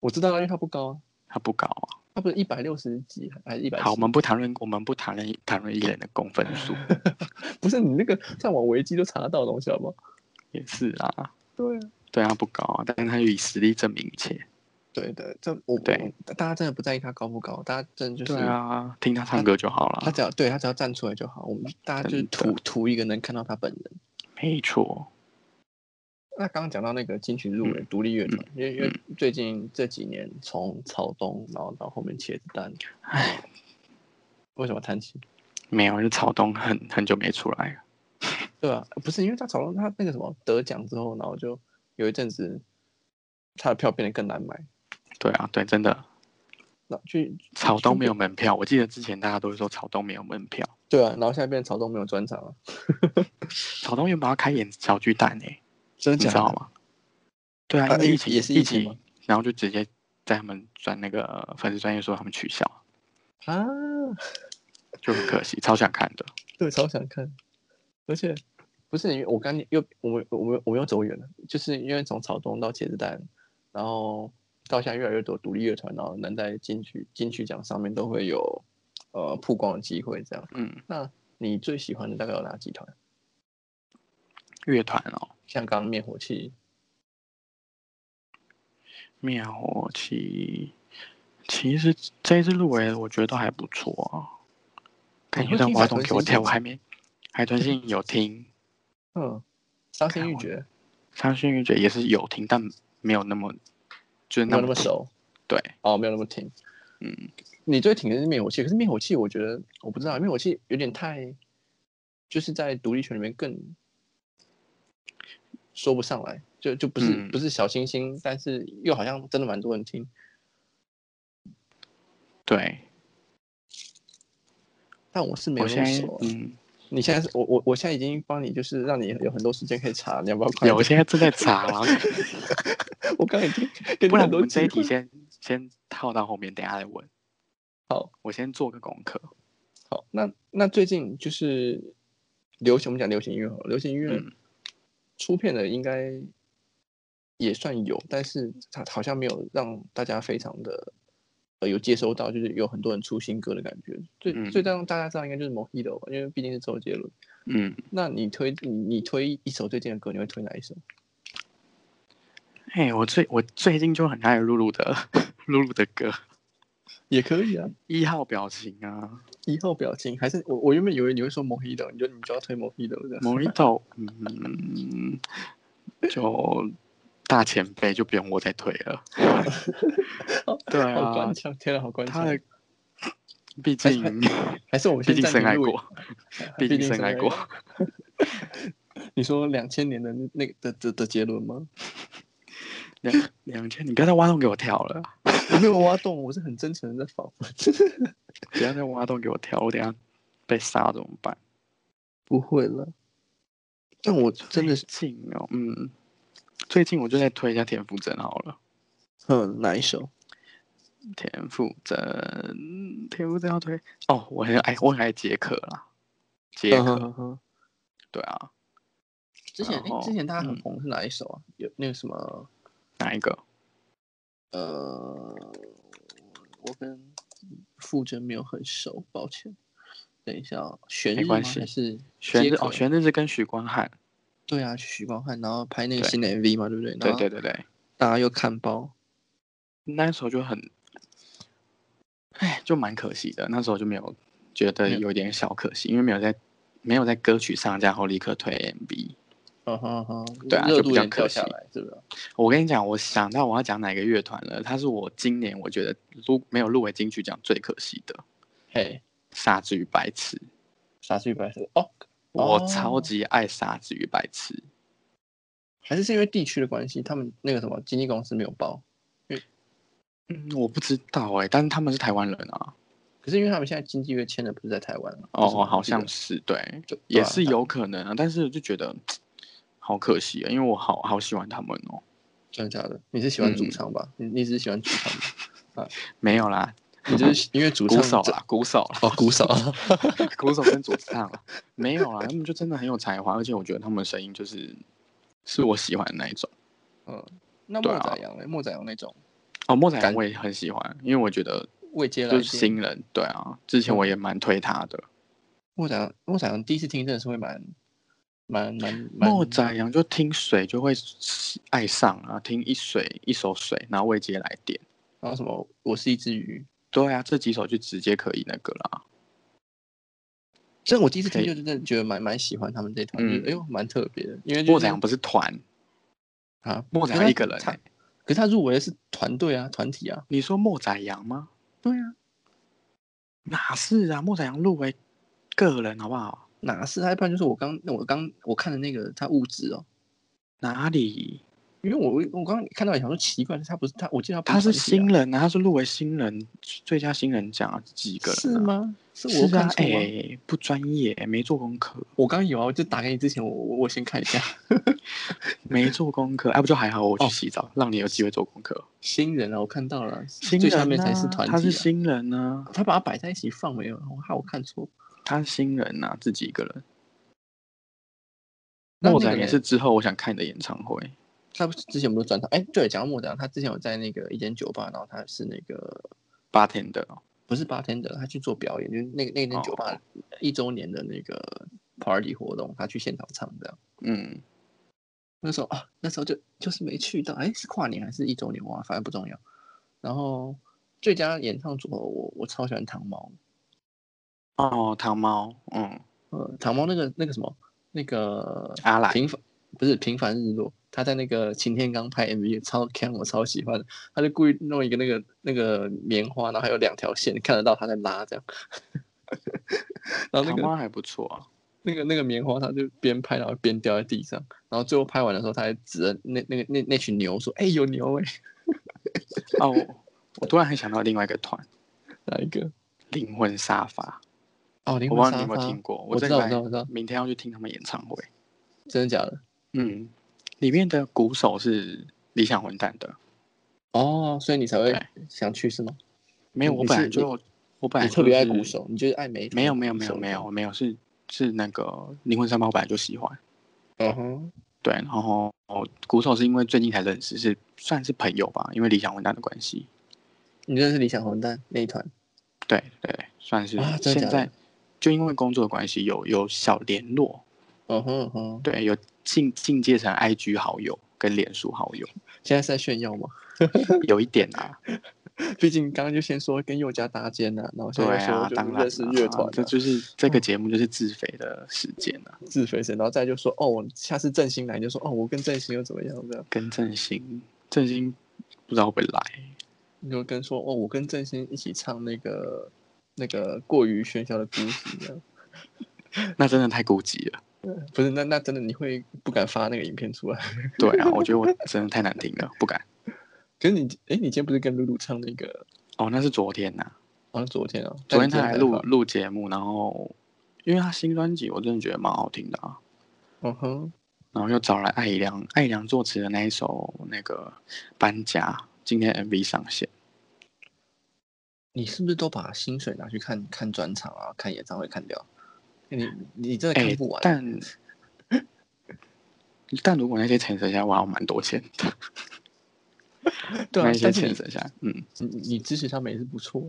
S1: 我知道啊，因为他不高啊，
S2: 他不高啊。
S1: 他不是一百六十几还是一百？
S2: 好，我们不谈论，我们不谈论谈论艺人的公分
S1: [laughs]
S2: 数，
S1: 不是你那个上网维基都查得到的东西，好不好？
S2: 也是啊，
S1: 对啊，
S2: 对他不高啊，但是他就以实力证明一切。
S1: 对的，这我
S2: 对
S1: 我大家真的不在意他高不高，大家真的就是
S2: 对啊，听他唱歌就好
S1: 他
S2: 了。
S1: 只要对他只要站出来就好，我们大家就是
S2: 真的
S1: 图图一个能看到他本人。
S2: 没错，
S1: 那刚刚讲到那个金曲入
S2: 嗯
S1: 围独立乐团，因为因为最近这几年从草东，然后到后面茄子蛋，
S2: 唉，
S1: 为什么弹琴？
S2: 没有，就草东很很久没出来了。
S1: 对啊，不是因为他草东他那个什么得奖之后，然后就有一阵子他的票变得更难买，
S2: 对啊，对，真的，
S1: 那去
S2: 草东没有门票。我记得之前大家都会说草东没有门票，
S1: 对啊，然后现在变成草东没有专场了，
S2: 草东原本要开演小巨蛋欸诶、
S1: 真
S2: 你
S1: 的
S2: 知
S1: 假
S2: 道
S1: 的？
S2: 吗？对啊，
S1: 啊
S2: 因为
S1: 也
S2: 疫情
S1: 也是疫
S2: 疫
S1: 情
S2: 情
S1: 吗，
S2: 然后就直接在他们转那个粉丝专业说他们取消，
S1: 啊，
S2: 就很可惜，超想看的。
S1: 对，超想看，而且不是因为我刚又我们我们我们又走远了，就是因为从草东到茄子蛋，然后到现在越来越多独立乐团，然后能在金曲金曲奖上面都会有呃曝光的机会，这样。
S2: 嗯，
S1: 那你最喜欢的大概有哪几团？
S2: 乐团哦，
S1: 像刚刚灭火器，
S2: 灭火器，哦其实这一次入围的我觉得都还不错啊。感觉
S1: 会
S2: 到
S1: 听
S2: 华
S1: 哎海
S2: 东
S1: 豚
S2: 给我
S1: 星
S2: 跳，
S1: 吗
S2: 我还没。海豚星有听，
S1: 嗯，伤心
S2: 看
S1: 欲
S2: 我
S1: 绝，
S2: 伤心欲绝也是有听，但没有那么，就是
S1: 没有那
S2: 么
S1: 么熟，
S2: 对，
S1: 哦，没有那么挺。
S2: 嗯，
S1: 你最挺的是灭火器，可是灭火器，我觉得我不知道，灭火器有点太，就是在独立圈里面更说不上来，就就不是、
S2: 嗯
S1: 不是小清新，但是又好像真的蛮多人听。
S2: 对，
S1: 但我是没有
S2: 我
S1: 那
S2: 现
S1: 么
S2: 在
S1: 熟啊。
S2: 嗯，
S1: 你现在是我我我现在已经帮你，就是让你有很多时间可以查，你要不要快
S2: 有，我
S1: 点？
S2: 现在正在查，然后
S1: 我刚才已经给你
S2: 不然
S1: 很
S2: 我
S1: 多
S2: 们这
S1: 机
S2: 一题
S1: 会。
S2: 先先套到后面，等一下再问。
S1: 好，
S2: 我先做个功课。
S1: 好，那那最近就是流行，我们讲流行音乐好了，流行音乐
S2: 嗯
S1: 出片的应该也算有，但是它好像没有让大家非常的呃有接收到，就是有很多人出新歌的感觉。最、
S2: 嗯
S1: 最让大家知道应该就是 Mojito 吧，因为毕竟是周杰伦。
S2: 嗯，
S1: 那你推你你推一首最近的歌，你会推哪一首？
S2: 哎、我最我最近就很爱露露的 [laughs] 露露的歌，
S1: 也可以啊，
S2: 一号表情啊，
S1: 以后表情还是我我原本以为你会说 Mojito，你就你就要推 Mojito 的。
S2: 某一道，嗯，就大前辈就不用我再推
S1: [laughs]
S2: 了。对
S1: 好
S2: 啊
S1: 官，腔，天啊，好官
S2: 他
S1: 腔
S2: 的！毕竟
S1: 还哎是我们
S2: 毕
S1: 先
S2: 竟
S1: 暂
S2: 深
S1: 停
S2: 爱
S1: 录影
S2: 过，毕竟深爱过。
S1: 毕竟深爱过你说两千年的那个的的的杰伦吗？
S2: 两两千，你不要再挖洞给我跳了，
S1: [laughs] 我没有挖洞，我是很真诚的在访问。 [laughs]
S2: 不要再挖洞给我跳，我等一下被杀怎么办？
S1: 不会了，但我真的是
S2: 最近哦，嗯，最近我就再推一下田馥甄好了。
S1: 嗯，哪一首？
S2: 田馥甄，田馥甄要推哦，我很爱，我很爱杰克啦，杰
S1: 嗯
S2: 克，
S1: 哼哼
S2: 对啊，
S1: 之前
S2: 然后
S1: 诶之前大家很红是哪一首啊？有那个什么
S2: 哪一个？
S1: 呃，我跟傅征没有很熟，抱歉。等一下、哦，玄
S2: 没
S1: 日吗？
S2: 关系
S1: 还是
S2: 玄
S1: 杰
S2: 日
S1: 克
S2: 哦，玄日是跟许光汉，
S1: 对啊，许光汉，然后拍那个
S2: 对
S1: 新的 MV 嘛，对不对？
S2: 对对，对对，
S1: 大家又看包。
S2: 那时候就很，哎，就蛮可惜的，那时候就没有觉得
S1: 没有
S2: 有点小可惜，因为没有在没有在歌曲上架后立刻推 MV。
S1: [laughs] 嗯哼哼，
S2: 对啊
S1: 热
S2: 就
S1: 度
S2: 比较
S1: 有点掉
S2: 可
S1: 下
S2: 惜
S1: 来，是不是？
S2: 我跟你讲，我想到我要讲哪个乐团了，它是我今年我觉得入没有入围金曲奖最可惜的《
S1: 嘿，
S2: 傻子与白痴》，
S1: 傻子与白痴哦，
S2: 我
S1: 哦
S2: 超级爱《傻子与白痴》。
S1: 还是是因为地区的关系，他们那个什么经纪公司没有包，
S2: 嗯，我不知道哎、但是他们是台湾人啊。
S1: 可是因为他们现在经纪约签的不是在台湾了啊
S2: 哦，好像
S1: 是
S2: 是对，
S1: 就
S2: 也
S1: 对啊
S2: 是有可能啊。但是就觉得好可惜啊，因为我好好喜欢他们哦。
S1: 真的假的？你是
S2: 嗯
S1: 喜欢主唱吧？你你只是喜欢主唱吧，
S2: 没有啦，
S1: 你就是因为主唱
S2: 鼓手啊
S1: 这
S2: 啦，鼓手啦，
S1: 哦，鼓手
S2: [laughs] 鼓手跟主唱啦，没有啦，他们就真的很有才华，而且我觉得他们的声音就是是我喜欢的那一种。
S1: 嗯， [laughs] 那
S2: 对
S1: 莫
S2: 啊
S1: 宰阳嘞，莫宰阳那种
S2: 哦，莫仔
S1: 感
S2: 我也很喜欢，因为我觉得
S1: 未接来
S2: 就是
S1: 电，
S2: 新人，对啊，之前
S1: 嗯
S2: 我也蛮推他的。
S1: 莫宰阳莫宰阳第一次听真的是会蛮蛮蛮蛮
S2: 莫仔阳就听水就会爱上啊，听一水一首水，然后未接来电。
S1: 然后什么我是一只鱼，
S2: 对啊，这几首就直接可以那个啦。
S1: 这我第一次听
S2: 可以
S1: 就真的觉得蛮蛮喜欢他们这团，
S2: 嗯
S1: 就是哎呦蛮特别的，因为就是
S2: 莫仔阳不是团，
S1: 啊，
S2: 莫仔
S1: 可
S2: 阳
S1: 是
S2: 一个人、
S1: 他
S2: 欸。
S1: 可是他入围的是团队啊，团体啊，
S2: 你说莫仔阳吗？
S1: 对啊，
S2: 哪是啊？莫仔阳入围个人好不好？
S1: 哪是？他一般就是我刚我刚我看的那个他物质哦，
S2: 哪里？
S1: 因为我我刚刚看到也想说奇怪，他不是他，我记得他
S2: 他
S1: 不
S2: 是
S1: 团体啊
S2: 新人啊，他是入围新人最佳新人奖啊，几个人、啊？
S1: 是？吗？是我
S2: 是啊
S1: 看，错
S2: 哎、
S1: 吗？
S2: 不专业，没做功课，
S1: 我刚有啊，我就打给你之前，我我我先看一下 [laughs]
S2: 没做功课，哎、不就还好？我去
S1: 哦
S2: 洗澡，让你有机会做功课。
S1: 新人啊，我看到了，
S2: 新
S1: 最
S2: 人、啊、
S1: 下面才是团体、啊，
S2: 他是新人呢、
S1: 他把它摆在一起放没有？我怕我看错，
S2: 他是新人呐、自己一个人。
S1: 那那
S2: 莫
S1: 个
S2: 仔也
S1: 人
S2: 是之后我想看你的演唱会。
S1: 他不是之前不是转场？哎，对，讲到莫讲，他之前有在那个一间酒吧，然后他是那个
S2: 八天的哦，
S1: 不是 bartender，他去做表演，就是那个那间酒吧一周年的那个 party 活动，他去现场唱这样。
S2: 嗯，
S1: 那时候啊，那时候就就是没去到，哎，是跨年还是一周年哇，反正不重要。然后最佳演唱组合，我我超喜欢糖猫，
S2: 哦，糖猫，嗯，
S1: 呃，糖猫那个那个什么那个
S2: 阿来，
S1: 平凡不是平凡日落，他在那个擎天刚拍 MV 也超 can，我超喜欢的。他就故意弄一个那个那个棉花，然后还有两条线，看得到他在拉这样。 [laughs] 然后那
S2: 台
S1: 个
S2: 湾还不错啊。
S1: 那个那个棉花，它就边拍然后边掉在地上，然后最后拍完的时候，他还指着那那个那那群牛说：“哎、有牛哎、
S2: 哦，我我突然很想到另外一个团
S1: 哪一个
S2: ——灵魂沙发，？”
S1: 哦，灵
S2: 我
S1: 魂
S2: 不知道
S1: 沙
S2: 你有没有
S1: 发
S2: 听过。
S1: 我
S2: 这
S1: 知
S2: 礼
S1: 道，我
S2: 拜
S1: 知道，我知道，
S2: 明天要去听他们演唱会。
S1: 真的假的？
S2: 嗯，里面的鼓手是理想混蛋的。
S1: 哦，所以你才会
S2: 对
S1: 想去是吗？
S2: 没有，
S1: 你
S2: 我
S1: 你
S2: 本来
S1: 是
S2: 就我本来
S1: 你
S2: 就
S1: 特别爱
S2: 是
S1: 鼓。手，你就是爱美。
S2: 没有没有没有没有。没有是是那个灵魂沙发，我本来就喜欢。
S1: 嗯哼，
S2: 对，然后鼓手是因为最近才认识，是算是朋友吧，因为理想混蛋的关系。
S1: 你认识理想混蛋那一团？
S2: 对对，算是
S1: 啊真的
S2: 现
S1: 假的
S2: 在就因为工作的关系有有小联络，
S1: 嗯哼嗯哼，
S2: 对，有进进阶成 IG 好友跟脸书好
S1: [laughs]
S2: 友，
S1: 现在是在炫耀吗？
S2: 有一点
S1: [laughs]
S2: 啊，
S1: 毕竟刚刚就先说跟佑嘉搭肩呐、然后现
S2: 对
S1: 在又
S2: 啊
S1: 说，就
S2: 当
S1: 是
S2: 然
S1: 认识乐团、
S2: 啊
S1: 啊，
S2: 这就是这个节目就是自肥的时间啊，
S1: 自肥神，然后再就说哦，我下次振兴来你就说哦，我跟振兴又怎么样这样，
S2: 跟振兴，振兴不知道会不会来，
S1: 你就跟说哦，我跟振兴一起唱那个那个过于喧嚣的孤寂这样，
S2: 那真的太孤寂了，
S1: 不是那那真的你会不敢发那个影片出来。
S2: [laughs] 对啊，我觉得我真的太难听了，不敢。
S1: 可是你哎，你今天不是跟露露唱那个？
S2: 哦，那是昨天呐、
S1: 好像昨天啊，
S2: 昨
S1: 但
S2: 天
S1: 你
S2: 他来
S1: 才
S2: 录
S1: 发，
S2: 录节目，然后因为他新专辑我真的觉得蛮好听的啊，
S1: 嗯哼，
S2: 然后又找来艾怡良，艾怡良作词的那一首那个《搬家》，今天 MV 上线。
S1: 你是不是都把薪水拿去看看专场啊，看演唱会看掉？你你真的
S2: 哎、
S1: 看不完， [laughs]
S2: 但但如果那些钱省下来，我还有蛮多钱的。
S1: [laughs] 对啊
S2: 那，些
S1: 但是你
S2: 钱省下来，嗯，
S1: 你你支持他们也是不错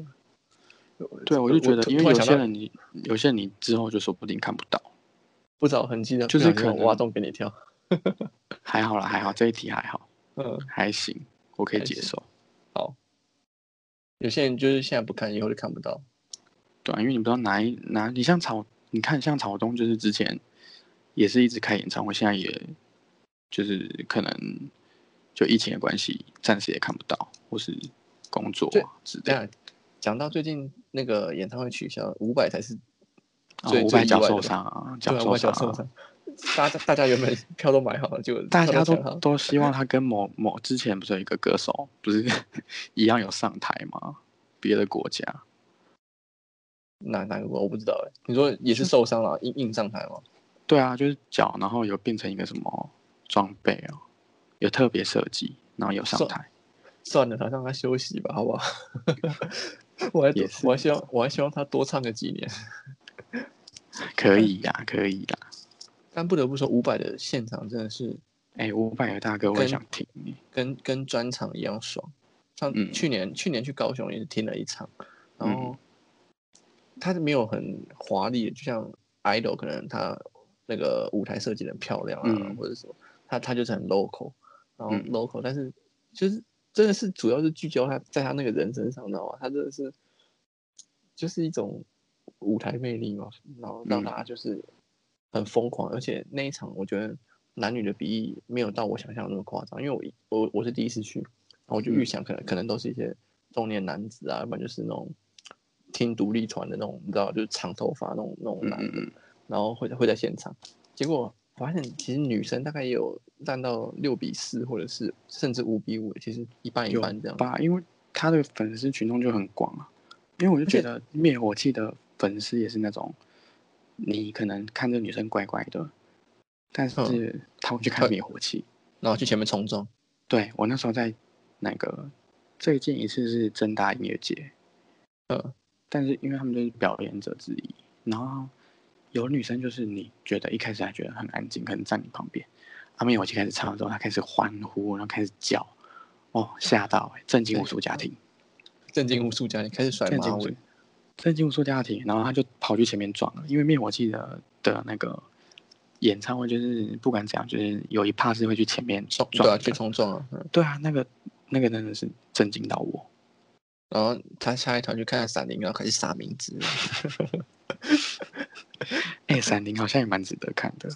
S1: 的。
S2: 对，啊我就觉得，
S1: 突
S2: 因为
S1: 突然
S2: 有
S1: 想
S2: 些
S1: 到
S2: 人你有些人你之后就说不定看不到，
S1: 不着痕迹的，
S2: 就是
S1: 不小心
S2: 可能
S1: 挖洞给你跳。
S2: 还好啦，还好这一题还好，
S1: 嗯，
S2: 还行，我可以
S1: 还
S2: 接
S1: 行
S2: 受。
S1: 有些人就是现在不看，以后就看不到。
S2: 对啊，因为你不知道哪一哪，你像草，你看像草东，就是之前也是一直开演唱会，现在也就是可能就疫情的关系，暂时也看不到，或是工作
S1: 对
S2: 啊之类
S1: 这
S2: 的。
S1: 样讲到最近那个演唱会取消，伍佰才是
S2: 啊
S1: 最
S2: 伍
S1: 最
S2: 佰
S1: 意
S2: 脚
S1: 外
S2: 受
S1: 的吧，
S2: 伤啊，脚
S1: 对啊，伍佰
S2: 伤
S1: 脚受
S2: 啊，
S1: 伤。大家大家原本票都买好了，就
S2: 大家都
S1: 抢他
S2: 都希望
S1: [laughs]
S2: 他跟某某之前不是有一个歌手不是一样有上台吗？别的国家
S1: 哪哪个国我不知道哎、你说也是受伤了，硬硬上台吗？
S2: 对啊，就是脚，然后有变成一个什么装备哦，有特别设计，然后有上
S1: 算
S2: 台。
S1: 算了啦，让他休息吧，好不 [laughs] 好？我还多
S2: 也是
S1: 我还希望我还希望他多唱个几年。
S2: 可以呀、可以啊啦。
S1: 但不得不说，伍佰的现场真的是
S2: 哎、伍佰的大哥我也
S1: 跟
S2: 想听耶。
S1: 跟跟专场一样爽。上
S2: 嗯
S1: 去年、去年去高雄也是听了一场，然后
S2: 嗯
S1: 他没有很华丽，就像 idol 可能他那个舞台设计的很漂亮啊，
S2: 嗯
S1: 或者什么，他他就是很 local，然后
S2: 嗯
S1: local，、但是就是真的是主要是聚焦他在他那个人身上，你知道吗？他真的是就是一种舞台魅力嘛，然后
S2: 嗯
S1: 让大家就是很疯狂，而且那一场我觉得男女的比例没有到我想象的那么夸张，因为我一我我是第一次去，然后我就
S2: 嗯
S1: 预想可能可能都是一些中年男子啊，要不然就是那种听独立团的那种，你知道，就是长头发那种那种
S2: 嗯
S1: 男
S2: 嗯
S1: 的，
S2: 嗯，
S1: 然后会会在现场，结果发现其实女生大概也有占到六比四或者是甚至五比五，其实一半一
S2: 有
S1: 半这样。
S2: 吧？嗯因为他的粉丝群众就很广啊。因为我就觉得灭火器的粉丝也是那种，你可能看这女生乖乖的，但是他会去看
S1: 会
S2: 灭火器。
S1: 然后去前面冲撞，
S2: 对我那时候在那个最近一次是正大音乐节，
S1: 嗯，
S2: 但是因为他们就是表演者之一，然后有女生就是你觉得一开始还觉得很安静，可能站你旁边，阿妹我就开始唱的时候，她开始欢呼，然后开始叫，哦，吓到、欸，震惊无数家庭，
S1: 震惊无数家，你开始甩
S2: 震惊
S1: 马
S2: 无数
S1: 尾，，
S2: 震惊无数家庭，然后她就跑去前面撞了，因为灭火器的的那个演唱会就是不管怎样，就是有一趴是会去前面
S1: 冲
S2: 撞
S1: 对啊，
S2: 的，
S1: 去冲撞啊，嗯，
S2: 对啊，那个那个真的是震惊到我，
S1: 然后他下一团就看到闪灵，然后开始撒名字， [laughs]
S2: 哎、闪灵好像也蛮值得看的，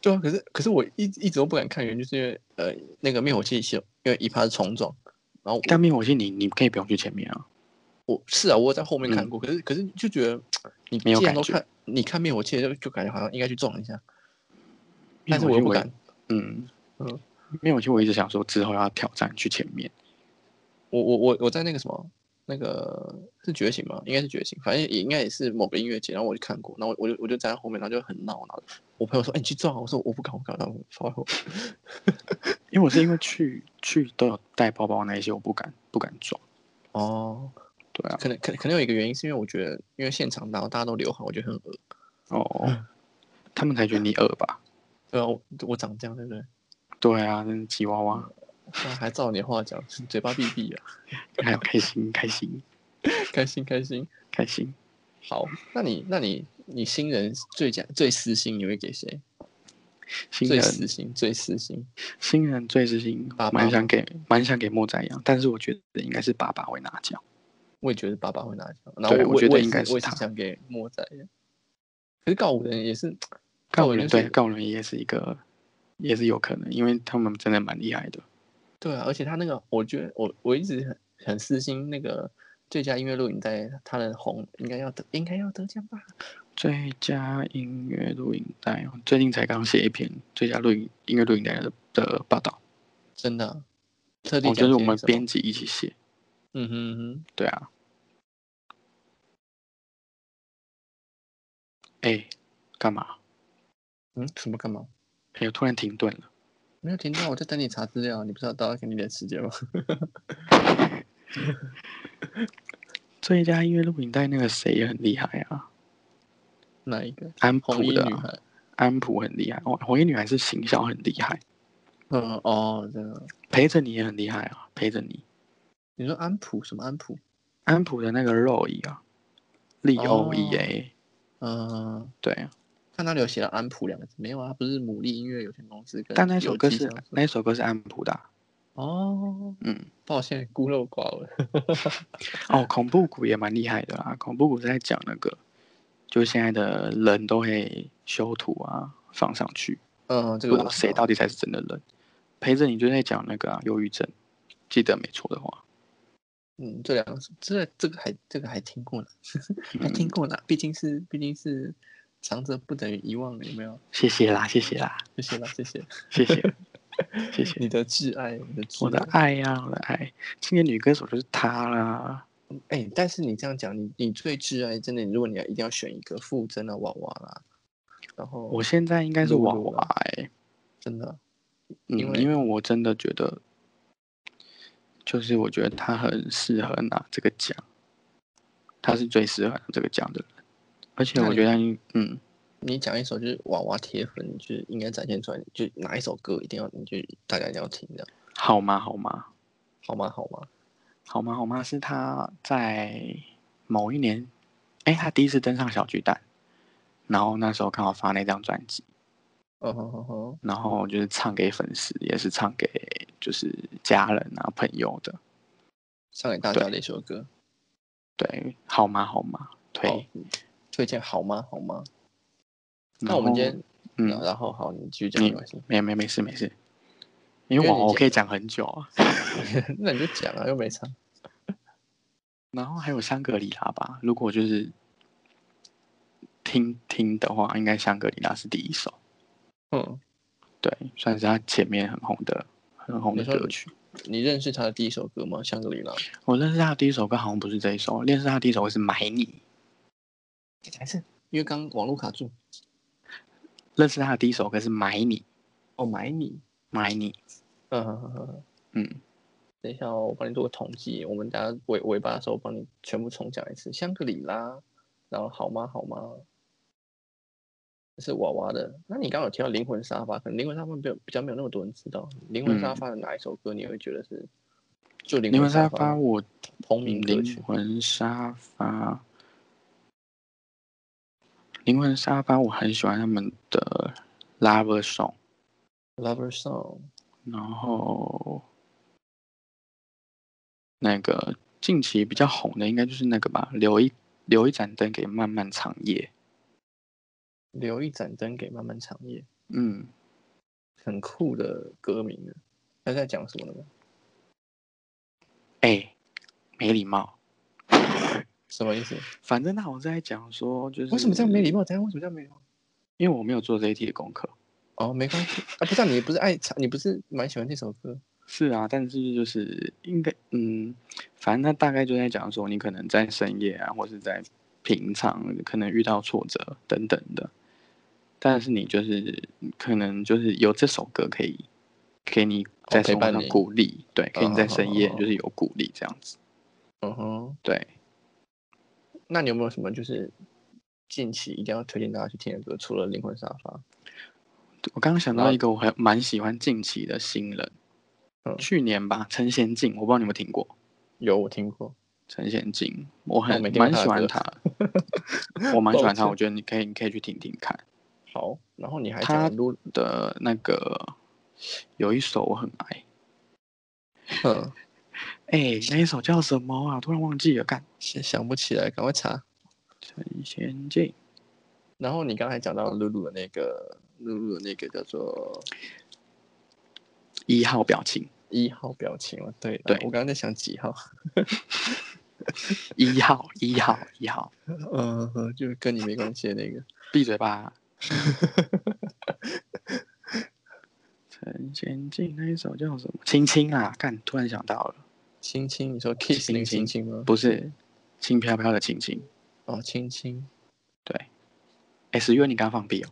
S1: 对啊，可是可是我一一直都不敢看原因，就是因为呃那个灭火器是因为一怕是冲撞，然后
S2: 但灭火器你你可以不用去前面啊，
S1: 我我是啊，我有在后面看过，可是可是就觉得你
S2: 嗯没有
S1: 既然都
S2: 感觉
S1: 看，你看灭火器就就感觉好像应该去撞一下，
S2: 灭
S1: 但是
S2: 火
S1: 我又
S2: 器
S1: 不
S2: 我也
S1: 敢，
S2: 嗯
S1: 嗯
S2: 灭火器我一直想说之后要挑战去前面，
S1: 我我我我在那个什么，那个是觉醒吗？应该是觉醒，反正也应该也是某个音乐节，然后我就看过，然后我我就我就站在后面，然后就很闹，然后我朋友说：“哎、你去撞啊！”我说：“我不敢，我不敢。”然后我放后，
S2: 因为我是因为去去都有带包包那一些，我不敢不敢撞，
S1: 哦，
S2: 对啊，
S1: [laughs] 可能可能可能有一个原因是因为我觉得，因为现场然后大家都流汗，我觉得很恶。嗯
S2: 哦，他们才觉得你恶吧？
S1: 对啊，我我长这样对不对？
S2: 对啊，那吉娃娃
S1: 啊还照你的话讲，嘴巴闭闭啊，
S2: 还有开心开心
S1: 开心开心。
S2: 开心，
S1: 好，那你那你你新人最讲最私心，你会给谁？
S2: 新
S1: 最
S2: 人
S1: 私心最私心，
S2: 新人最自信
S1: 爸，爸
S2: 蛮
S1: 吗
S2: 想给蛮想给莫仔阳，但是我觉得应该是爸爸会拿奖。
S1: 我也觉得爸爸会拿奖，然后
S2: 对
S1: 我
S2: 我觉得
S1: 我也
S2: 应该是
S1: 我也是
S2: 他
S1: 想给莫仔的。可是告五人也是，
S2: 告
S1: 五
S2: 五
S1: 人
S2: 人
S1: 就
S2: 对
S1: 是
S2: 告五人也是一个，也是有可能，因为他们真的蛮厉害的。
S1: 对啊，而且他那个，我觉得我我一直很很私心，那个最佳音乐录影带他的红应该要得应该要得奖吧？
S2: 最佳音乐录影带，我最近才刚写一篇最佳录影音乐录影带的的报道，
S1: 真的啊、特地
S2: 哦，就
S1: 讲
S2: 是我
S1: 些
S2: 们
S1: 什么
S2: 编辑一起写。
S1: 嗯哼嗯
S2: 对啊。哎，干嘛？
S1: 哼嗯什么干嘛？
S2: 哎呦，突然停顿了。
S1: 没有听到，我在等你查资料，你不知道大家给你点时间吗？ [laughs]
S2: 最佳音乐录影带那个谁也很厉害啊，
S1: 哪一个？
S2: 安
S1: 红
S2: 普
S1: 衣
S2: 的
S1: 女
S2: 啊、
S1: 孩？
S2: 安普很厉害，哦，红衣女孩是行销很厉害，
S1: 嗯哦，真的。
S2: 陪着你也很厉害啊，陪着你。
S1: 你说安普什么安普？
S2: 安普的那个肉椅啊，利欧 E
S1: 哦
S2: A，、
S1: 嗯、
S2: 对啊，
S1: 看他有写到安普两个字，没有啊，不是牡蛎音乐有限公司跟
S2: 但那首
S1: 有
S2: 歌
S1: 机
S2: 是
S1: 商社
S2: 那首歌是安普的啊、
S1: 哦，
S2: 嗯，
S1: 抱歉，孤陋寡闻。
S2: 哦，恐怖谷也蛮厉害的啦，恐怖谷是在讲那个，就现在的人都会修图啊，放上去，
S1: 嗯，这
S2: 不知
S1: 个
S2: 道
S1: 我
S2: 谁
S1: 知
S2: 到
S1: 道。
S2: 底才是真的人。陪着你就在讲那个啊，忧郁症，记得没错的话，
S1: 嗯，这两个是这这个还这个还听过呢，还
S2: 嗯
S1: 听过呢，毕竟是毕竟是强者不等于遗忘，有没有？
S2: 谢谢啦，谢谢啦，
S1: 谢谢啦，谢
S2: [laughs]
S1: 谢
S2: 谢谢，谢谢。
S1: 你的挚爱，你的挚
S2: 我的
S1: 爱。
S2: 爱呀、我的爱，今年女歌手就是她啦。
S1: 哎、但是你这样讲，你你最挚爱真的，如果你要一定要选一个，傅真的娃娃啦，然后
S2: 我现在应该是
S1: 露
S2: 娃
S1: 露
S2: 娃
S1: 啦
S2: 哎、
S1: 真的
S2: 嗯，
S1: 因
S2: 因
S1: 为
S2: 为我真的觉得，就是我觉得她很适合拿这个奖，她是最适合拿这个奖的人，而且
S1: 那
S2: 我
S1: 你
S2: 觉得她应，嗯，
S1: 你讲一首就是娃娃铁粉，就是应该展现出来，就哪一首歌一定要，你就大家一定要听这样，
S2: 好吗？好吗？
S1: 好吗？好吗？
S2: 好吗？好吗？是她在某一年，哎、她第一次登上小巨蛋，然后那时候刚好发那张专辑，
S1: 哦吼吼吼，
S2: 然后就是唱给粉丝，也是唱给就是家人啊朋友的。
S1: 上给大家的一首歌，
S2: 对，好吗？好吗？推。
S1: 好推荐好吗？好吗？
S2: 然
S1: 那我们
S2: 后
S1: 今天，
S2: 嗯，
S1: 然后好，你继续讲没关系， [laughs]
S2: 没没没事没事，因为
S1: 因为
S2: 我
S1: 你
S2: 我
S1: 讲
S2: 可以讲很久啊。
S1: 那你就讲啊，又没差。
S2: 然后还有香格里拉吧，如果就是听听的话，应该香格里拉是第一首，
S1: 嗯，
S2: 对，算是他前面很红的很红的
S1: 你说
S2: 歌曲。
S1: 你认识他的第一首歌吗？香格里拉，
S2: 我认识他的第一首歌好像不是这一首，认识他的第一首歌是《买你》，
S1: 还是因为刚网络卡住，
S2: 认识他的第一首歌是《买你》，
S1: 哦，买你，
S2: 买你，
S1: 嗯哼哼哼哼。
S2: 嗯，
S1: 等一下、哦，我帮你做个统计，我们等下尾尾巴的时候帮你全部重讲一次。香格里拉，然后好吗好吗？这是娃娃的。那你刚刚有提到灵魂沙发，可能灵魂沙发比较比较没有那么多人知道。灵魂沙发的哪一首歌你会觉得是？就嗯灵
S2: 灵魂
S1: 魂
S2: 沙
S1: 发
S2: 发，我
S1: 同名嗯歌曲
S2: 灵。魂沙发，灵魂沙发，我很喜欢他们的 Lover Song，
S1: Lover Song，
S2: 然后那个近期比较红的应该就是那个吧，留一留一盏灯给漫漫长夜，
S1: 留一盏灯给漫漫长夜。
S2: 嗯，
S1: 很酷的歌名呢？他在讲什么呢？
S2: 哎、没礼貌。
S1: 什么意思？
S2: 反正他好像是在讲说，就是
S1: 为什么这样没礼貌？等一下为什么这样没礼貌？
S2: 因为我没有做这一题的功课。
S1: 哦，没关系啊，不是、啊、你不是爱唱，你不是蛮喜欢这首歌？
S2: 是啊，但是就是应该，嗯，反正他大概就在讲说，你可能在深夜啊，或是在平常可能遇到挫折等等的，但是你就是可能就是有这首歌可以给你在
S1: 哦陪
S2: 生
S1: 伴
S2: 活上
S1: 你
S2: 鼓励，对，给
S1: 嗯
S2: 你在
S1: 好
S2: 深
S1: 好
S2: 夜
S1: 好
S2: 就是有鼓励这样子，
S1: 嗯哼，
S2: 对。
S1: 那你有没有什么就是近期一定要推荐大家去听的歌？除了《灵魂沙发》，
S2: 我刚刚想到
S1: 然后
S2: 一个我还蛮喜欢近期的新人，
S1: 嗯
S2: 去年吧，陈贤进，我不知道你有没有听过
S1: 有我听过，
S2: 陈贤进，我很
S1: 没听过
S2: 蛮
S1: 他的
S2: 喜欢
S1: 歌
S2: 他，
S1: [laughs]
S2: 我蛮喜欢他，
S1: 抱歉
S2: 我觉得你可以你可以去听听看
S1: 好，然后你还
S2: 他
S1: 讲撸，
S2: 的那个有一首我很爱，
S1: 嗯，
S2: 哎、那一首叫什么啊？突然忘记了，干
S1: 想想不起来，赶快查。
S2: 陈贤进，
S1: 然后你刚才讲到露露的那个，露露的那个叫做
S2: 一号表情，
S1: 一号表情嘛？对，
S2: 对
S1: 呃我刚刚在想几号， [laughs]
S2: 一号一号一号，
S1: 嗯，就是跟你没关系的那个。
S2: 闭嘴
S1: [laughs]
S2: 吧。陈贤进那一首叫什么？青青啊，干，突然想到了。
S1: 亲亲，你说 kiss 那个亲亲吗？
S2: 不是轻飘飘的轻轻。
S1: 哦，亲亲，
S2: 对，哎，十月你刚放屁哦？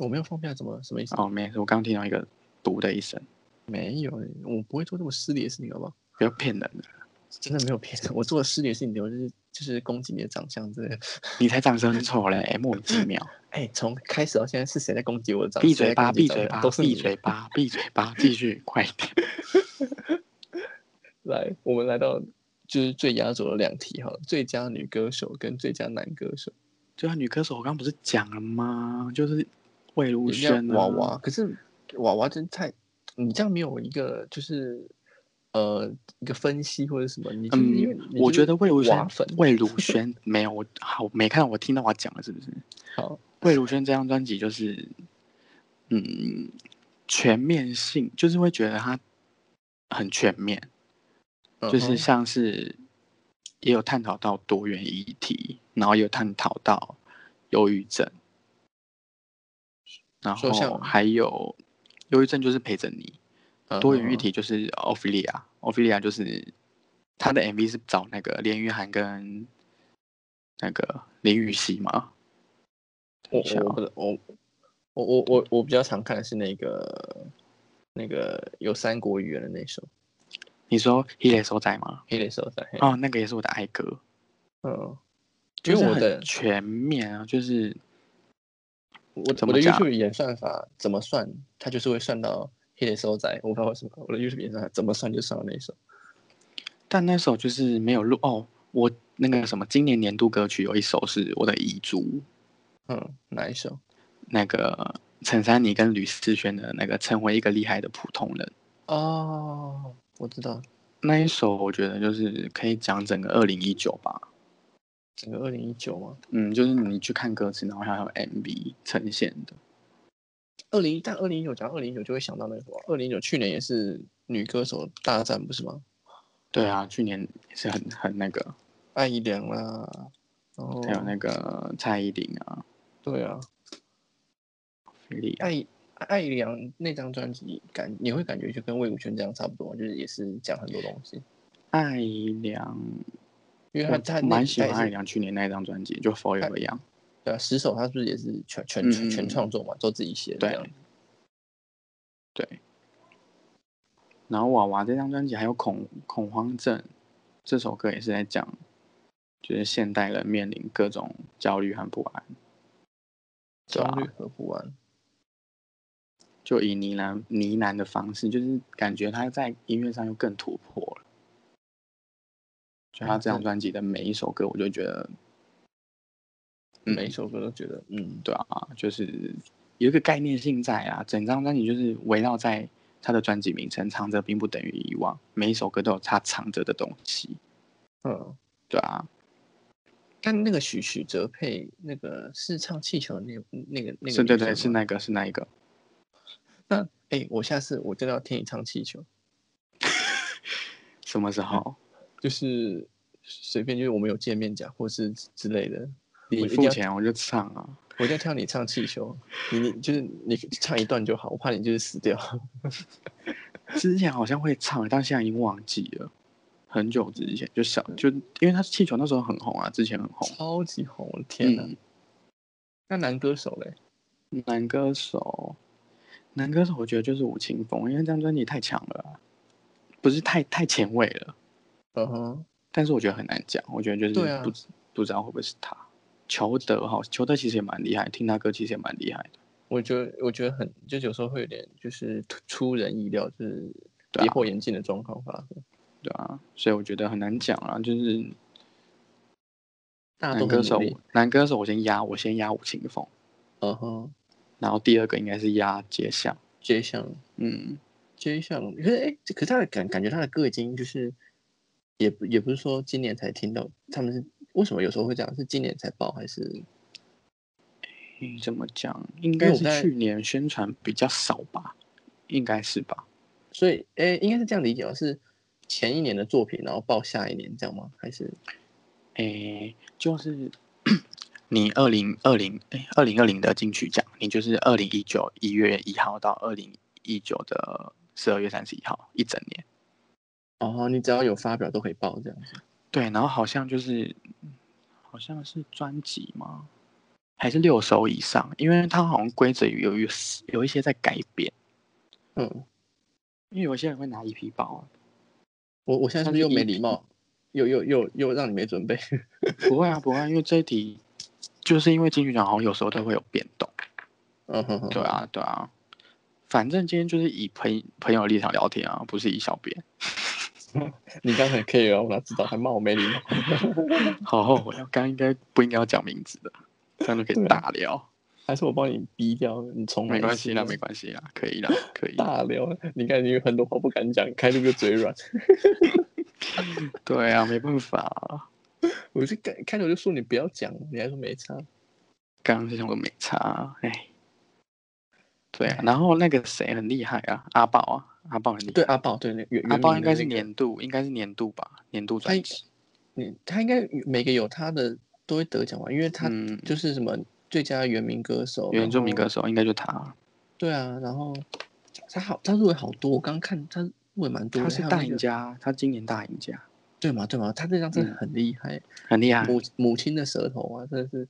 S1: 我没有放屁啊，怎么了什么意思？
S2: 哦，没事，我刚听到一个“毒”的一声，
S1: 没有，我不会做这么失礼的事情，好不好？
S2: 不要骗人了，
S1: 真的没有骗人，我做的失礼的事情，我就是就是攻击你的长相之类的。
S2: 你才长得很丑嘞，哎，莫名其
S1: [laughs]
S2: 妙。
S1: 哎，从开始到现在是谁在攻击我的长相？
S2: 闭嘴吧，
S1: 谁
S2: 闭
S1: 在攻击
S2: 嘴
S1: 长
S2: 吧
S1: 相都，是你
S2: 闭嘴吧，闭嘴吧，继续，快一点。 [laughs]
S1: 来，我们来到就是最压轴的两题好了，最佳女歌手跟最佳男歌手。
S2: 对啊，女歌手我刚不是讲了吗？就是魏如
S1: 一定要
S2: 萱啊
S1: 娃娃，可是娃娃真太，你这样没有一个就是呃一个分析或者什么，你就是因为、
S2: 嗯，我觉得魏如
S1: 娃
S2: 萱
S1: 粉，
S2: 魏如萱没有我好，我没看到我听到我讲了是不是？
S1: 好，
S2: 魏如萱这张专辑就是，嗯，全面性，就是会觉得她很全面，就是
S1: 嗯哼
S2: 像是也有探讨到多元议题，然后也有探讨到忧郁症，然
S1: 说像
S2: 后还有忧郁症就是陪着你，
S1: 嗯
S2: 多元议，题就是奥菲利亚，奥菲利亚就是她的 MV 是找那个连俞涵跟那个林雨熙嘛。
S1: 嗯
S2: 等一下
S1: 哼我
S2: 哦
S1: 我不是我我我我我比较常看的是那个那个有三国语言的那首《
S2: 你说《一雷收仔》吗？
S1: 黑的手在》嘿
S2: 哦，那个也是我的爱歌，
S1: 嗯，
S2: 就
S1: 因为
S2: 是
S1: 我的
S2: 很全面啊，就是
S1: 我的
S2: 怎
S1: 我
S2: 么
S1: 的
S2: 讲
S1: YouTube 演算法怎么算，它就是会算到黑的手在，我不知道为什么我的 YouTube 演算法怎么算就算到那一首。
S2: 但那首就是没有录哦。我那个什么，今年年度歌曲有一首是我的遗珠，
S1: 嗯，哪一首？
S2: 那个陈珊妮跟吕思萱的那个《成为一个厉害的普通人》
S1: 哦，我知道，
S2: 那一首，我觉得就是可以讲整个二零一九吧。
S1: 整个二零一九嘛，
S2: 嗯，就是你去看歌词，然后还有 MV 呈现的。
S1: 二零但二零一九讲二零一九就会想到那个什么，二零一九去年也是女歌手大战不是吗？
S2: 对啊，去年也是很很那个，
S1: 艾怡良啦，然后
S2: 还有啊那个蔡依林啊，
S1: 对啊，
S2: 菲利亚
S1: 艾艾怡良那张专辑感你会感觉就跟魏如萱这样差不多，就是也是讲很多东西，
S2: 艾良，
S1: 因为他他
S2: 我
S1: 那
S2: 蛮喜欢
S1: 他
S2: 艾
S1: 也是
S2: 良去年那一张专辑，就 Forever 一样。
S1: 对啊，十首他是不是也是全全
S2: 嗯
S1: 全
S2: 嗯
S1: 全
S2: 嗯
S1: 创作嘛，都自己写的这
S2: 对
S1: 样，
S2: 对。然后娃娃这张专辑还有恐恐慌症，这首歌也是在讲，就是现代人面临各种焦虑和不安。对
S1: 焦
S2: 啊
S1: 虑和不安，
S2: 就以呢喃呢喃的方式，就是感觉他在音乐上又更突破了。就
S1: 哎
S2: 他这张专辑的每一首歌，我就觉得，嗯
S1: 每一首歌都觉得嗯，
S2: 对啊，就是有一个概念性在啊，整张专辑就是围绕在他的专辑名称“藏着并不等于遗忘”，每一首歌都有他藏着的东西，
S1: 嗯。
S2: 对啊，
S1: 但那个许许哲佩那个是唱气球的那那个那个
S2: 是，对
S1: 女
S2: 对，
S1: 生
S2: 是
S1: 吗
S2: 那个，是那一个，
S1: 哎、我下次我真的要听你唱气球，
S2: 什么时
S1: 嗯
S2: 候？
S1: 就是随便就是我们有见面讲，或是之之类的。
S2: 你
S1: 我一定
S2: 付
S1: 要，
S2: 钱我就唱啊！
S1: 我一定要听到你唱气球，你你就是你唱一段就好，我怕你就是死掉。
S2: 哦之前好像会唱，但现在已经忘记了。很久之前就
S1: 嗯
S2: 小就，因为他气球那时候很红啊，之前很红。
S1: 超级红，我的天哪！
S2: 嗯
S1: 那男歌手嘞？
S2: 男歌手，男歌手，我觉得就是吴青峰，因为这张专辑太强了啊、不是太太前卫了，
S1: 嗯哼，
S2: 但是我觉得很难讲，我觉得就是
S1: 对啊
S2: 不知、不知道会不会是他。裘德哈，裘德其实也蛮厉害，听他歌其实也蛮厉害的。
S1: 我觉得我觉得很，就有时候会有点就是突出人意料，就是
S2: 对啊
S1: 跌破眼镜的状况发生。
S2: 对啊，所以我觉得很难讲啊，就是
S1: 大家
S2: 男
S1: 都
S2: 歌
S1: 很
S2: 手
S1: 努力。，
S2: 男歌手我先压，我先压吴青峰，
S1: 嗯哼，
S2: 然后第二个应该是压杰相，
S1: 街巷
S2: 嗯，
S1: 街巷，可是哎、这可是他的感感觉他的歌已经就是，也不也不是说今年才听到，他们是为什么有时候会这样？是今年才爆还是？
S2: 怎么讲？应
S1: 因为
S2: 该
S1: 我
S2: 是
S1: 在
S2: 去年宣传比较少吧，应该是吧？
S1: 所以哎、应该是这样理解哦，是前一年的作品，然后爆下一年这样吗？还是
S2: 诶，就是 [coughs] 你二零二零诶二零二零的金曲奖，你就是二零一九一月一号到二零一九的十二月三十一号一整年。
S1: 哦，你只要有发表都可以爆这样子？
S2: 对，然后好像就是好像是专辑吗？还是六首以上？因为它好像规则有有有一些在改变，
S1: 嗯。
S2: 因为有一些人会拿 EP 包啊。
S1: 我我现在是不是又没礼貌，又又又又让你没准备？
S2: 不会啊，不会啊，因为这一题就是因为金曲奖好像有时候都会有变动。
S1: 嗯哼哼，
S2: 对啊，对啊，反正今天就是以朋朋友的立场聊天啊，不是以小编，
S1: 你刚才可以啊，我哪知道还骂我没礼貌？ [laughs]
S2: 好后悔啊，刚刚应该不应该要讲名字的，这样就可
S1: 对
S2: 以
S1: 啊
S2: 大聊，
S1: 还是我帮你逼掉？你重
S2: 没
S1: 来一次
S2: 关系啦，没关系啦，可以啦，可以，
S1: 大聊，你看你有很多话不敢讲，开路就嘴软。
S2: 对啊，没办法啊，
S1: 我就开开头就说你不要讲，你还说没差。
S2: 刚刚是想说没差啊，哎，对啊，然后那个谁很厉害啊，阿豹啊，阿豹很厉
S1: 对
S2: 害，
S1: 阿宝，对那原
S2: 阿
S1: 原
S2: 豹
S1: 名
S2: 应该
S1: 的
S2: 是
S1: 那个
S2: 年度，应该是年度吧，年度专
S1: 他
S2: 辑，
S1: 你他应该每个有他的都会得奖吧？因为他
S2: 嗯，
S1: 就是什么最佳原名歌手、
S2: 原住民歌
S1: 手，
S2: 手应该就他，
S1: 对啊，然后他好他入围好多，我刚看他入围蛮多
S2: 他
S1: 的，
S2: 是
S1: 还有
S2: 大
S1: 那
S2: 赢
S1: 个
S2: 家，他今年大赢家，
S1: 对嘛对嘛，他这张真
S2: 嗯
S1: 的
S2: 啊
S1: 很厉害，
S2: 很厉害，
S1: 母母亲的舌头啊，真的是，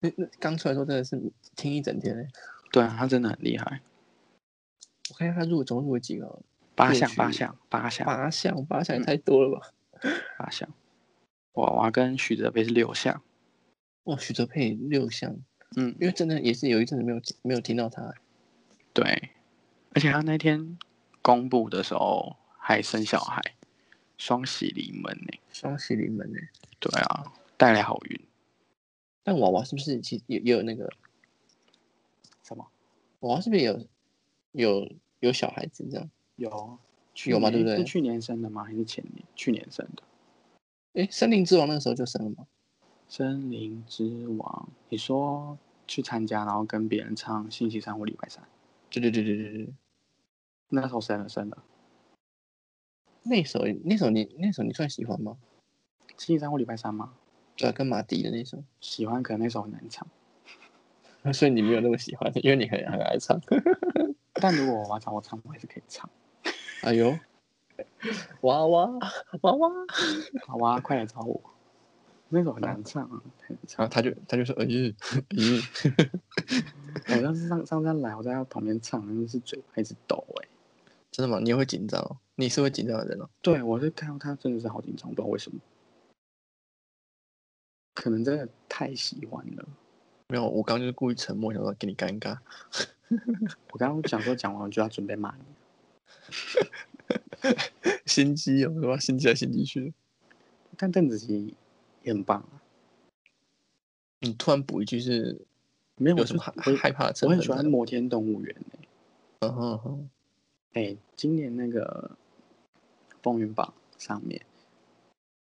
S1: 那那刚出来的时候真的是听一整天嘞。欸
S2: 对啊，他真的很厉害。
S1: 我看一下他入总共入了几个啊，
S2: 八
S1: 过
S2: 项，八
S1: 去
S2: 项，八项，
S1: 八项，八项也
S2: 啊嗯
S1: 太多了吧？
S2: 八项。娃娃跟许哲飞是六项。
S1: 哇，许哲佩六项，
S2: 嗯，
S1: 因为真的也是有一阵子没有没有听到他欸，
S2: 对。而且他那天公布的时候还生小孩，双喜临门呢、
S1: 双喜临门呢。欸
S2: 对啊，带来好运。
S1: 但娃娃是不是其实也也有那个
S2: 什么？
S1: 娃娃是不是也有有有小孩子这样？
S2: 有啊去
S1: 有吗
S2: 年
S1: 对不
S2: 是
S1: 对
S2: 去年生的吗？还是前年？去年生的。
S1: 诶，森林之王那个时候就生了吗？
S2: 森林之王，你说去参加，然后跟别人唱星期三或礼拜三，
S1: 对对对对对对，
S2: 那时候生了生了。
S1: 那首那首你那首你算喜欢吗？
S2: 星期三或礼拜三吗？
S1: 对啊，跟马迪的那首。
S2: 喜欢，可能那首很难唱。
S1: [laughs] 所以你没有那么喜欢，因为你很很爱唱。
S2: 但如果我要找我唱，我还是可以唱。
S1: 哎呦， [laughs] 娃娃娃娃，
S2: 好啊，快来找我。那首很难唱
S1: [laughs]
S2: 啊，很难唱。
S1: 然后他就他就说，哎呦，咦、
S2: 我上次上上次他来，我在他旁边唱，真的是嘴巴一直抖哎、
S1: 真的吗？你也会紧张、哦？你是会紧张的人哦。
S2: 对，我是看到他真的是好紧张，不知道为什么。可能真的太喜欢了。
S1: 没有，我刚刚就是故意沉默，想说给你尴尬。 [laughs]
S2: 我刚刚讲说讲完，我就要准备骂你。
S1: 心机哦，什么心机来心机去？
S2: 但邓紫棋也很棒啊，
S1: 你突然补一句是
S2: 没有
S1: 有
S2: 我
S1: 什
S2: 就
S1: 么害
S2: 我
S1: 害怕
S2: 我
S1: 的成分
S2: 很
S1: 在
S2: 喜
S1: 吗？
S2: 欢《摩天动物园、欸》
S1: 嗯哼哼，
S2: 哎、今年那个风云榜上面，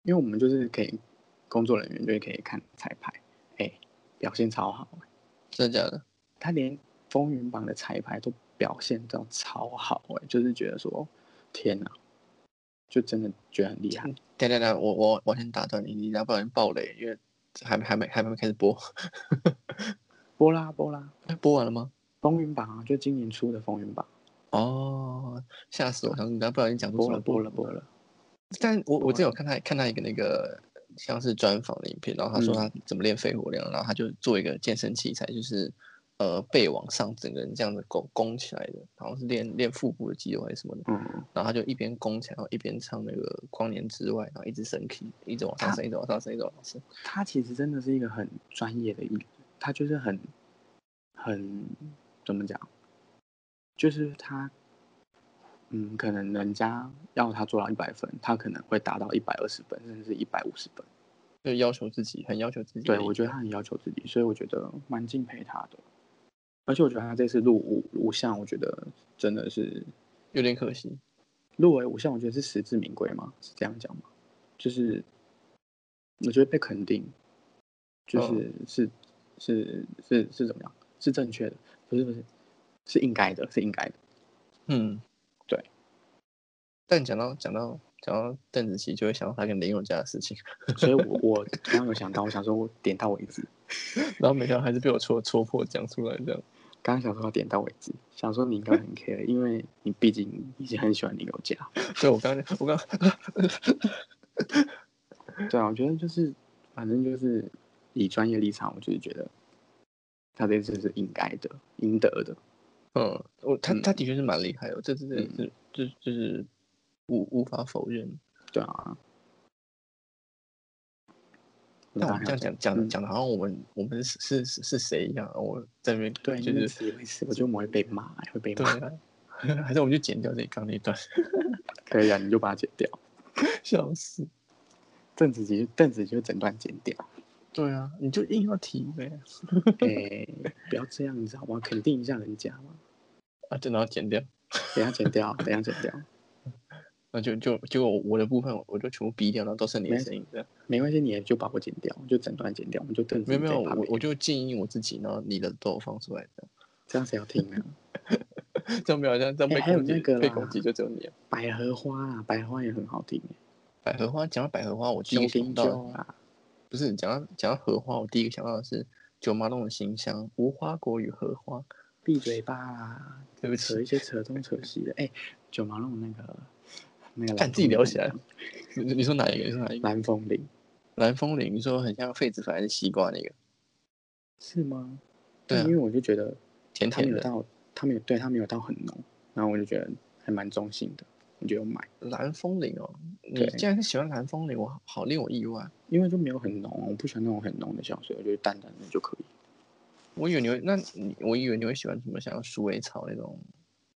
S2: 因为我们就是可以工作人员就可以看彩排，哎、表现超好、
S1: 真的假的？
S2: 他连风云榜的彩排都表现到超好哎、就是觉得说天哪、就真的觉得很厉害。
S1: 等等等，我我我先打断你，你要不然爆雷，因为还没还没还没开始播，哎
S2: 波拉波拉
S1: 播完了吗？
S2: 风云榜啊，就今年出的风云榜，
S1: 哦，吓死我！想你刚不小心讲出
S2: 播
S1: 什
S2: 了
S1: 么
S2: 播了
S1: 播
S2: 播了，
S1: 但我我
S2: 了
S1: 之前有看他看他一个那个像是专访的影片，然后他
S2: 嗯
S1: 说他怎么练肺活量，然后他就做一个健身器材，就是呃背往上，整个人这样子拱拱起来的，好像是练练腹部的肌肉还是什么的。
S2: 嗯，
S1: 然后他就一边拱起来，然后一边唱那个《光年之外》，然后一直升 key，一直往上
S2: 啊
S1: 升，一直往上升，一直往上升。
S2: 他其实真的是一个很专业的艺人，他就是很很怎么讲，就是他，嗯，可能人家要他做到一百分，他可能会达到一百二十分，甚至是一百五十分。
S1: 就要求自己，很要求自己的
S2: 对，
S1: 一个。
S2: 我觉得他很要求自己，所以我觉得蛮敬佩他的。而且我觉得他这次录五五项，我觉得真的是
S1: 有点可惜。
S2: 入围五项，我觉得是实至名归嘛，是这样讲吗？就是我觉得被肯定，就是、是是是是怎么样？是正确的，不是不是，是应该的，是应该的。
S1: 嗯，
S2: 对。
S1: 但讲到讲到讲到邓紫棋，就会想到她跟林宥嘉的事情， [laughs]
S2: 所以我我刚刚有想到，我想说我点到为止，
S1: 然后没想到还是被我戳戳破讲出来这样。
S2: 刚刚想说要点到为止，想说你应该很 care，因为你毕竟已经很喜欢林宥嘉。
S1: 对我刚刚我刚刚
S2: 对啊，我觉得就是，反正就是以专业立场，我就是觉得他这次是应该的、应得的。
S1: 嗯，我他
S2: 嗯
S1: 他的确是蛮厉害的，这这这这这就是无无法否认。
S2: 对啊。
S1: 但我们
S2: 当然
S1: 这样讲讲
S2: 嗯
S1: 讲的好像我们我们是是是是谁一样，啊我在那边
S2: 对，
S1: 就
S2: 就是
S1: 是
S2: 自以为是，我觉得我们会被骂，会被
S1: 对
S2: 骂。
S1: 啊， [laughs] 还是我们就剪掉这刚那一段，, [laughs]
S2: 可以啊，你就把它剪掉。
S1: 笑死。
S2: 邓紫棋，邓紫棋就整段剪
S1: [laughs]
S2: 掉。
S1: 对啊，你就硬要提呗
S2: 哎、不要这样子好吗？肯定一下人家嘛。
S1: 啊，真的要剪掉。
S2: 等一下剪掉，等一下剪掉，
S1: 那就就结果我的部分我就全部逼掉，然后都剩你的声音。这样
S2: 没关系，你也就把我剪掉，就整段剪掉，我们就邓紫
S1: 没
S2: 棋
S1: 有没有，
S2: 在旁
S1: 我
S2: 边
S1: 我就静音我自己，然后你的都有放出来的，
S2: 这样谁要听啊？
S1: 这样没有这样这样被
S2: 哎还有
S1: 攻击、
S2: 那个
S1: 被
S2: 啦
S1: 攻击就只有你了。
S2: 百合花啊，百合花也很好听、
S1: 百合花，讲到百合花，我第
S2: 熊
S1: 一个想
S2: 丁
S1: 到
S2: 酒啊，
S1: 不是讲到讲到荷花，我第一个想到的是九马弄的新香《无花果与荷花》。
S2: 闭嘴吧啦，
S1: 对不
S2: 扯
S1: 起，
S2: 一些扯东扯西的。哎、九毛弄那个那个蓝
S1: 看自己聊起来
S2: 风铃。
S1: 你你说哪一个？你说哪一个？
S2: 蓝风铃
S1: 蓝风铃，你说很像痱子粉还是西瓜那个？
S2: 是吗？
S1: 对啊
S2: 因为，我就觉得
S1: 甜
S2: 它没
S1: 甜
S2: 有
S1: 的。
S2: 到，它没有对它没有到很浓，然后我就觉得还蛮中性的，我就有买，
S1: 蓝风铃哦，你
S2: 对
S1: 竟然是喜欢蓝风铃，我好好令我意外。
S2: 因为就没有很浓，啊我不喜欢那种很浓的香水，我觉得淡淡的就可以。
S1: 我以为你会，那你我以为你会喜欢什么像鼠尾草那种，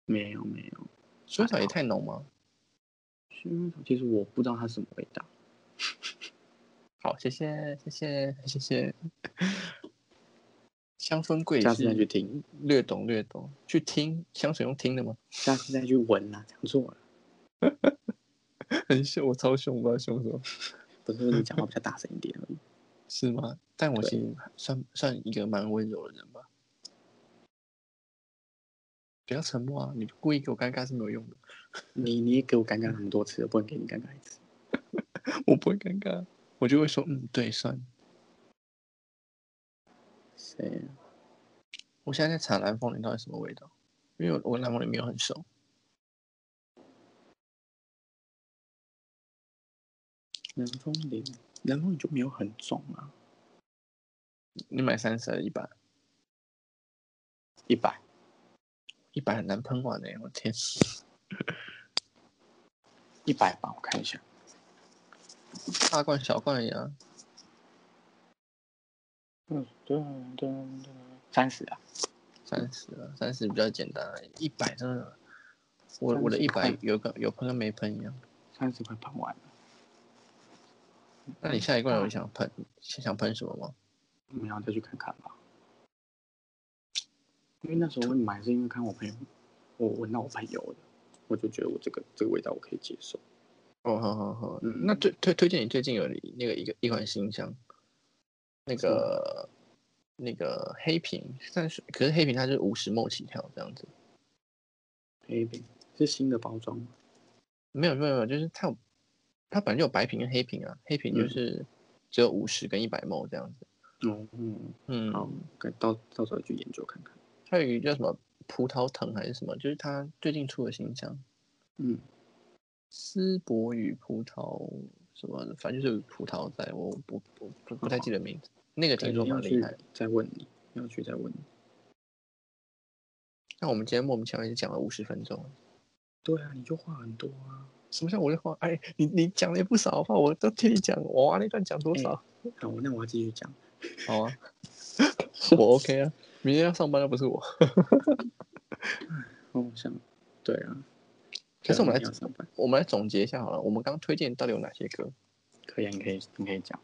S2: 没有没有，
S1: 鼠尾草也太浓吗？
S2: 薰衣草其实我不知道它什么味道。
S1: 好，谢谢谢谢谢谢。香氛贵
S2: 下次再去
S1: 是
S2: 听，
S1: 略懂略懂，去听香水用听的吗？ [laughs]
S2: 下次再去闻啊，讲错了，
S1: 很凶，我超凶，我不知道凶什么，
S2: 不是你讲话比较大声一点 [laughs] 而已。
S1: 是吗？但我
S2: 对
S1: 其实算算一个蛮温柔的人吧。不要沉默啊！你故意给我尴尬是没有用的，
S2: 你你也给我尴尬很多次了，不能给你尴尬一次。
S1: 我不会尴尬，我就会说嗯，对，算了。
S2: 谁啊？
S1: 我现在在查蓝风铃到底什么味道，因为我我跟蓝风铃没有很熟。
S2: 南风铃，南风铃就没有很重啊，
S1: 你买三十一百，
S2: 一百。
S1: 一百很难喷完哎、我天！
S2: 一百吧，我看一下。
S1: 大罐小罐一样，
S2: 嗯，
S1: 啊
S2: 噔噔噔，三十啊，
S1: 三十啊，三十比较简单，一百真的，我
S2: 30
S1: 我的一百
S2: 块
S1: 有个有喷跟没喷一样。
S2: 三十快喷完了。
S1: 那你下一罐有想喷想喷什么吗？
S2: 我们要再去看看吧。因为那时候我买是因为看我朋友，我闻到我朋友的，我就觉得我这个这个味道我可以接受。
S1: 哦，好好好，
S2: 嗯
S1: 那推推推荐你最近有那个一个一款新香，那个那个黑瓶，但是可是黑瓶它是五十梦起跳这样子，
S2: 黑瓶是新的包装吗？
S1: 没有没有没有，就是它有它本来就有白瓶跟黑瓶啊，黑瓶就
S2: 嗯
S1: 是只有五十跟一百 ml 这样子。
S2: 哦，嗯，
S1: 嗯，
S2: 好，该到到时候去研究看看。
S1: 还有一个叫什么葡萄藤还是什么，就是它最近出的新香，
S2: 嗯，
S1: 丝柏与葡萄什么的，反正就是有葡萄在，我不不不不太记得名字。那个听说
S2: 要
S1: 蛮厉
S2: 去
S1: 害的。
S2: 再问你，要去再问你。
S1: 那我们今天莫名其妙也讲了五十分钟，
S2: 对啊，你就话很多啊。
S1: 什么叫我的话？哎，你你讲了也不少话，我都听你讲，我娃那段讲多少？
S2: 那我那我要继续讲。[laughs]
S1: 好啊，我 OK 啊，明天要上班的不是
S2: [laughs]
S1: 我。嗯
S2: 哦，我想，对啊。
S1: 可是我们来
S2: 对啊你要上班，
S1: 我们来总结一下好了，我们刚刚推荐到底有哪些歌？
S2: 可以啊，你可以，你可以讲。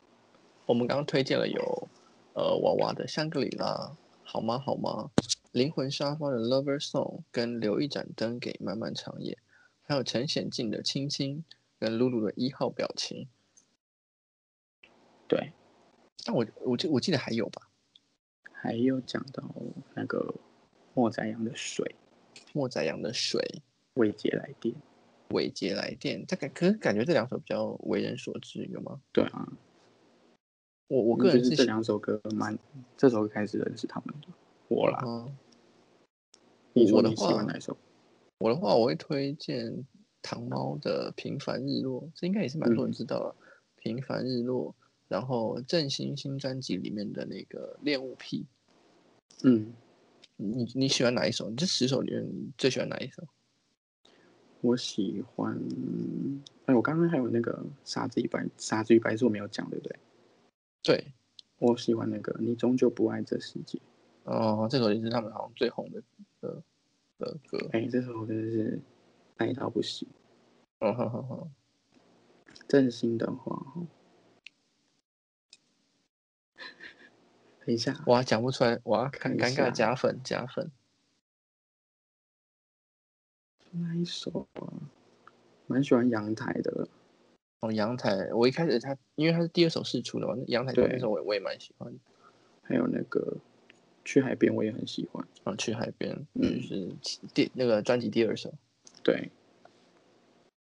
S1: 我们刚刚推荐了有，呃，娃娃的《香格里拉》，好吗好吗？灵魂沙发的《Lover Song》跟留一盏灯给漫漫长夜，还有陈显进的《亲亲》跟露露的一号表情。
S2: 对，
S1: 但我我记我记得还有吧，
S2: 还有讲到那个莫宰阳的水
S1: 莫宰阳的《水》
S2: 未接来电。
S1: 伟杰来电，大概可是感觉这两首比较为人所知，有吗？
S2: 对啊，
S1: 我我
S2: 我
S1: 个人
S2: 嗯就是是这两首歌蛮，这首歌开始认识他们的。我啦，
S1: 嗯，
S2: 你说
S1: 我的
S2: 你喜欢
S1: 话
S2: 哪一首？
S1: 我的话我会推荐糖猫的《平凡日落》，这应该也是蛮
S2: 嗯
S1: 多人知道了，平凡日落》，然后郑兴新专辑里面的那个《恋物癖》，
S2: 嗯，
S1: 你你喜欢哪一首？你这十首里面你最喜欢哪一首？
S2: 我喜欢。哎，我刚刚还有那个傻子与白，傻子与白是我没有讲，对不对？
S1: 对，
S2: 我喜欢那个你终究不爱这世界。
S1: 哦，这首也是他们好像最红的的的歌。
S2: 哎，这首真的是爱到不行。
S1: 嗯哼哼哼，
S2: 正兴的话，哦 [laughs] 等一下，啊
S1: 哇，讲不出来，哇，尴
S2: 看一
S1: 尴
S2: 下
S1: 尬加粉加粉。
S2: 那一首啊，蛮喜欢阳台的。
S1: 哦，阳台，我一开始他因为他是第二首试出的嘛，那阳台
S2: 对
S1: 那首我也我也蛮喜欢的。
S2: 还有那个去海边，我也很喜欢。
S1: 然后去海边，就
S2: 嗯
S1: 是其第那个专辑第二首，
S2: 对，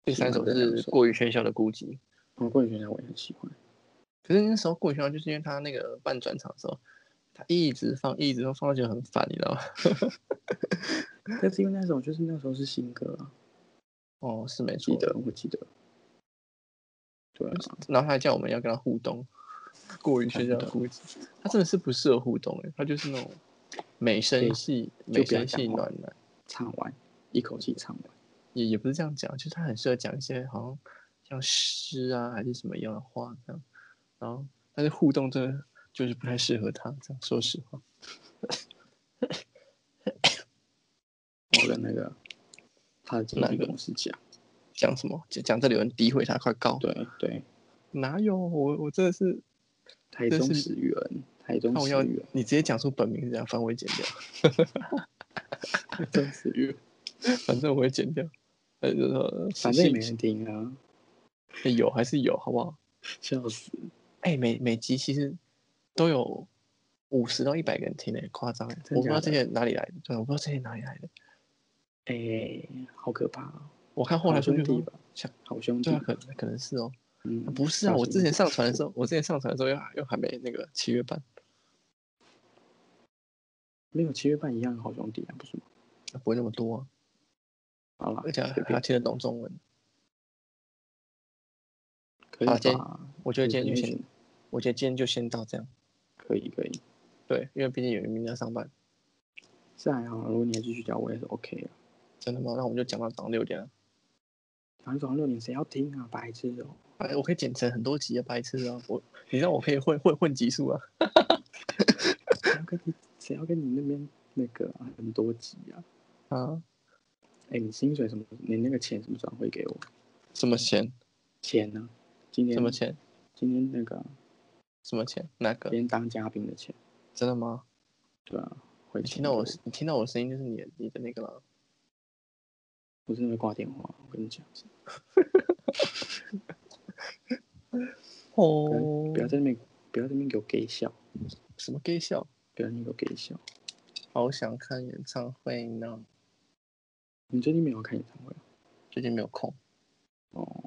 S1: 第三首
S2: 喜欢这两
S1: 是
S2: 首
S1: 过于喧嚣的孤寂。
S2: 黄冠学长我也很喜欢。
S1: 可是那时候过于喧嚣，就是因为他那个办转场的时候，他一直放，一直放，放到觉得很烦，你知道吗？ [laughs]
S2: 但是因为那首就是那时候是新歌啊，
S1: 哦，是没错
S2: 记。得我记得。对啊，
S1: 然后他还叫我们要跟他互动， [laughs] 过于喧嚣的孤寂，他真的是不适合互动诶，他就是那种美声
S2: 对
S1: 系、
S2: 就
S1: 美
S2: 不要
S1: 声
S2: 讲
S1: 系
S2: 话
S1: 暖男。
S2: 唱完一口气唱完。
S1: 也也不是这样讲，就是他很适合讲一些好像像诗啊还是什么一样的话这样，然后但是互动真的就是不太适合他这样，说实话，
S2: 我跟那个他的经纪公司讲，
S1: 讲什么讲讲这里有人诋毁他，快告！
S2: 对对，
S1: 哪有我我真的是
S2: 台
S1: 但
S2: 中
S1: 是
S2: 石宇恩，台中
S1: 看我
S2: 石
S1: 要
S2: 宇
S1: 你直接讲出本名是这样，反正我会剪掉，
S2: 恩，台中石宇恩，
S1: 反正我会剪掉。呃，就是说
S2: 反正也没
S1: 是
S2: 人听啊，
S1: 是有还是有，好不好？
S2: 笑死。
S1: 哎、每每集其实都有五十到一百个人听诶、夸张诶、
S2: 真
S1: 我不知道
S2: 假
S1: 这
S2: 的
S1: 些人哪里来的，对，啊我不知道这些人哪里来的。
S2: 哎、好可怕、哦！
S1: 我看后来
S2: 好
S1: 数据
S2: 兄弟
S1: 说
S2: 吧，
S1: 像
S2: 好兄弟
S1: 对啊，，可可能是哦，
S2: 嗯，
S1: 不是啊，
S2: 小
S1: 我
S2: 心
S1: 之前上传的时候，我之前上传的时候又又还没那个七月半，
S2: 没有七月半一样，好兄弟啊，不是吗？
S1: 不会那么多啊、
S2: 好啦
S1: 而，且
S2: 随
S1: 还要
S2: 便
S1: 听得懂中文。
S2: 可以
S1: 好今天
S2: 吧？
S1: 我觉得
S2: 随
S1: 今天
S2: 便
S1: 就
S2: 选
S1: 先，我觉得今天就先到这样。
S2: 可以可以，
S1: 对，因为毕竟有人明天要上班，
S2: 是还好，啊如果你要继续讲，我也是 OK 的。
S1: 真的吗？那我们就讲到早上六点了。啊
S2: 讲一讲六点谁要听啊？白痴哦、
S1: 哎，我可以剪成很多集啊，白痴啊！我你让我可以混混混集数啊。
S2: 谁要跟你谁要跟你那边那个啊、很多集啊？
S1: 啊，
S2: 哎、你薪水什么？你那个钱什么时候会给我？
S1: 什么钱？
S2: 钱呢、今天
S1: 什么？钱？
S2: 今天那个啊
S1: 什么钱？哪
S2: 今
S1: 个？
S2: 天当嘉宾的钱，
S1: 真的吗？
S2: 对啊，会
S1: 你
S2: 钱
S1: 听到
S2: 给
S1: 我的，你听到我的声音就是你的你的那个了。
S2: 我真的会挂电话，我跟你讲，不要
S1: 哦
S2: 不要在那边不要在那边给我 gay 笑，
S1: 什么 gay 笑？
S2: 不要在那边给我 gay 笑。
S1: 好想看演唱会呢。
S2: 你最近没有看演唱会？啊
S1: 最近没有空。
S2: 哦，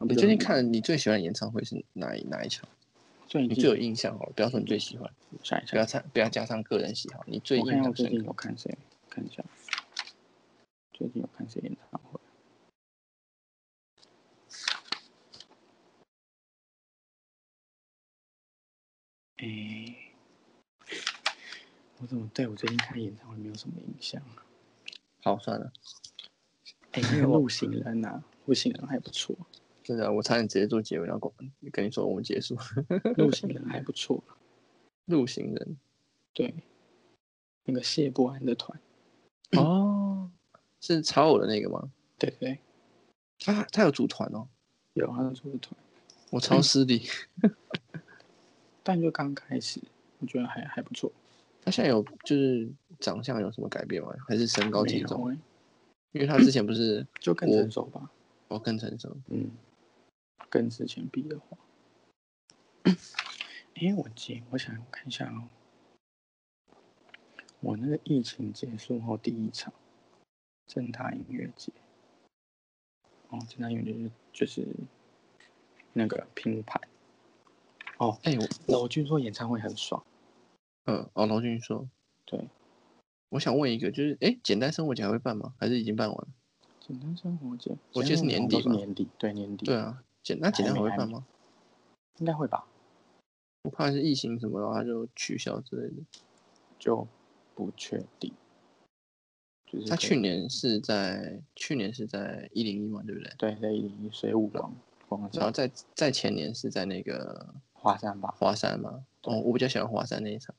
S1: 你最近看你最喜欢的演唱会是哪一哪一场？
S2: 最
S1: 你
S2: 近
S1: 最有印象好了，不要说你最喜欢，
S2: 想一
S1: 不要
S2: 下，
S1: 加不要加上个人喜好，你最
S2: 我
S1: 印
S2: 看一下
S1: 象
S2: 最
S1: 深
S2: 近
S1: 刻
S2: 有看谁？看一下，最近有看谁演唱会？哎、我怎么对我最近看演唱会没有什么印象？啊
S1: 好，算了， [laughs]
S2: 哎、那个陆行人呐、啊，陆行人还不错，
S1: 真的，我差点直接做结尾，然后跟我跟你说我们结束。 [laughs]
S2: 陆行人还不错。
S1: 路行人
S2: 对，那个谢不安的团，
S1: [laughs] 哦，是查偶的那个吗？
S2: 对对，
S1: 他他有组团哦，
S2: 有啊他组的团，
S1: 我超失礼。
S2: 但就刚开始，我觉得还还不错。
S1: [laughs] 他现在有就是长相有什么改变吗？还是身高
S2: 没
S1: 体
S2: 有
S1: 重？
S2: 欸
S1: 因为他之前不是
S2: 就更
S1: 我
S2: 成熟吧。
S1: 我更成熟，
S2: 嗯，跟之前比的话，哎、我记，我想我看一下哦，我那个疫情结束后第一场正大音乐节，哦，正大音乐节就是就是那个拼盘，哦，
S1: 哎、我
S2: 老君说演唱会很爽，
S1: 嗯，哦，罗俊说，
S2: 对，
S1: 我想问一个，就是哎、简单生活节还会办吗？还是已经办完了？
S2: 简单生活节，
S1: 我记得是
S2: 简单生活都
S1: 年底
S2: 是
S1: 吧
S2: 年底，对年底，
S1: 对，啊，简那简单
S2: 还没
S1: 还会
S2: 还
S1: 办
S2: 没
S1: 吗？
S2: 应该会吧，
S1: 我怕是疫情什么的话就取消之类的。
S2: 就不确定，就是
S1: 他
S2: 可以
S1: 去年是在去年是在一零一嘛，对不对？
S2: 对，在一零一水舞广广
S1: 然后
S2: 场
S1: 在在前年是在那个
S2: 华山吧。
S1: 华山嘛，哦，我比较喜欢华山那一场，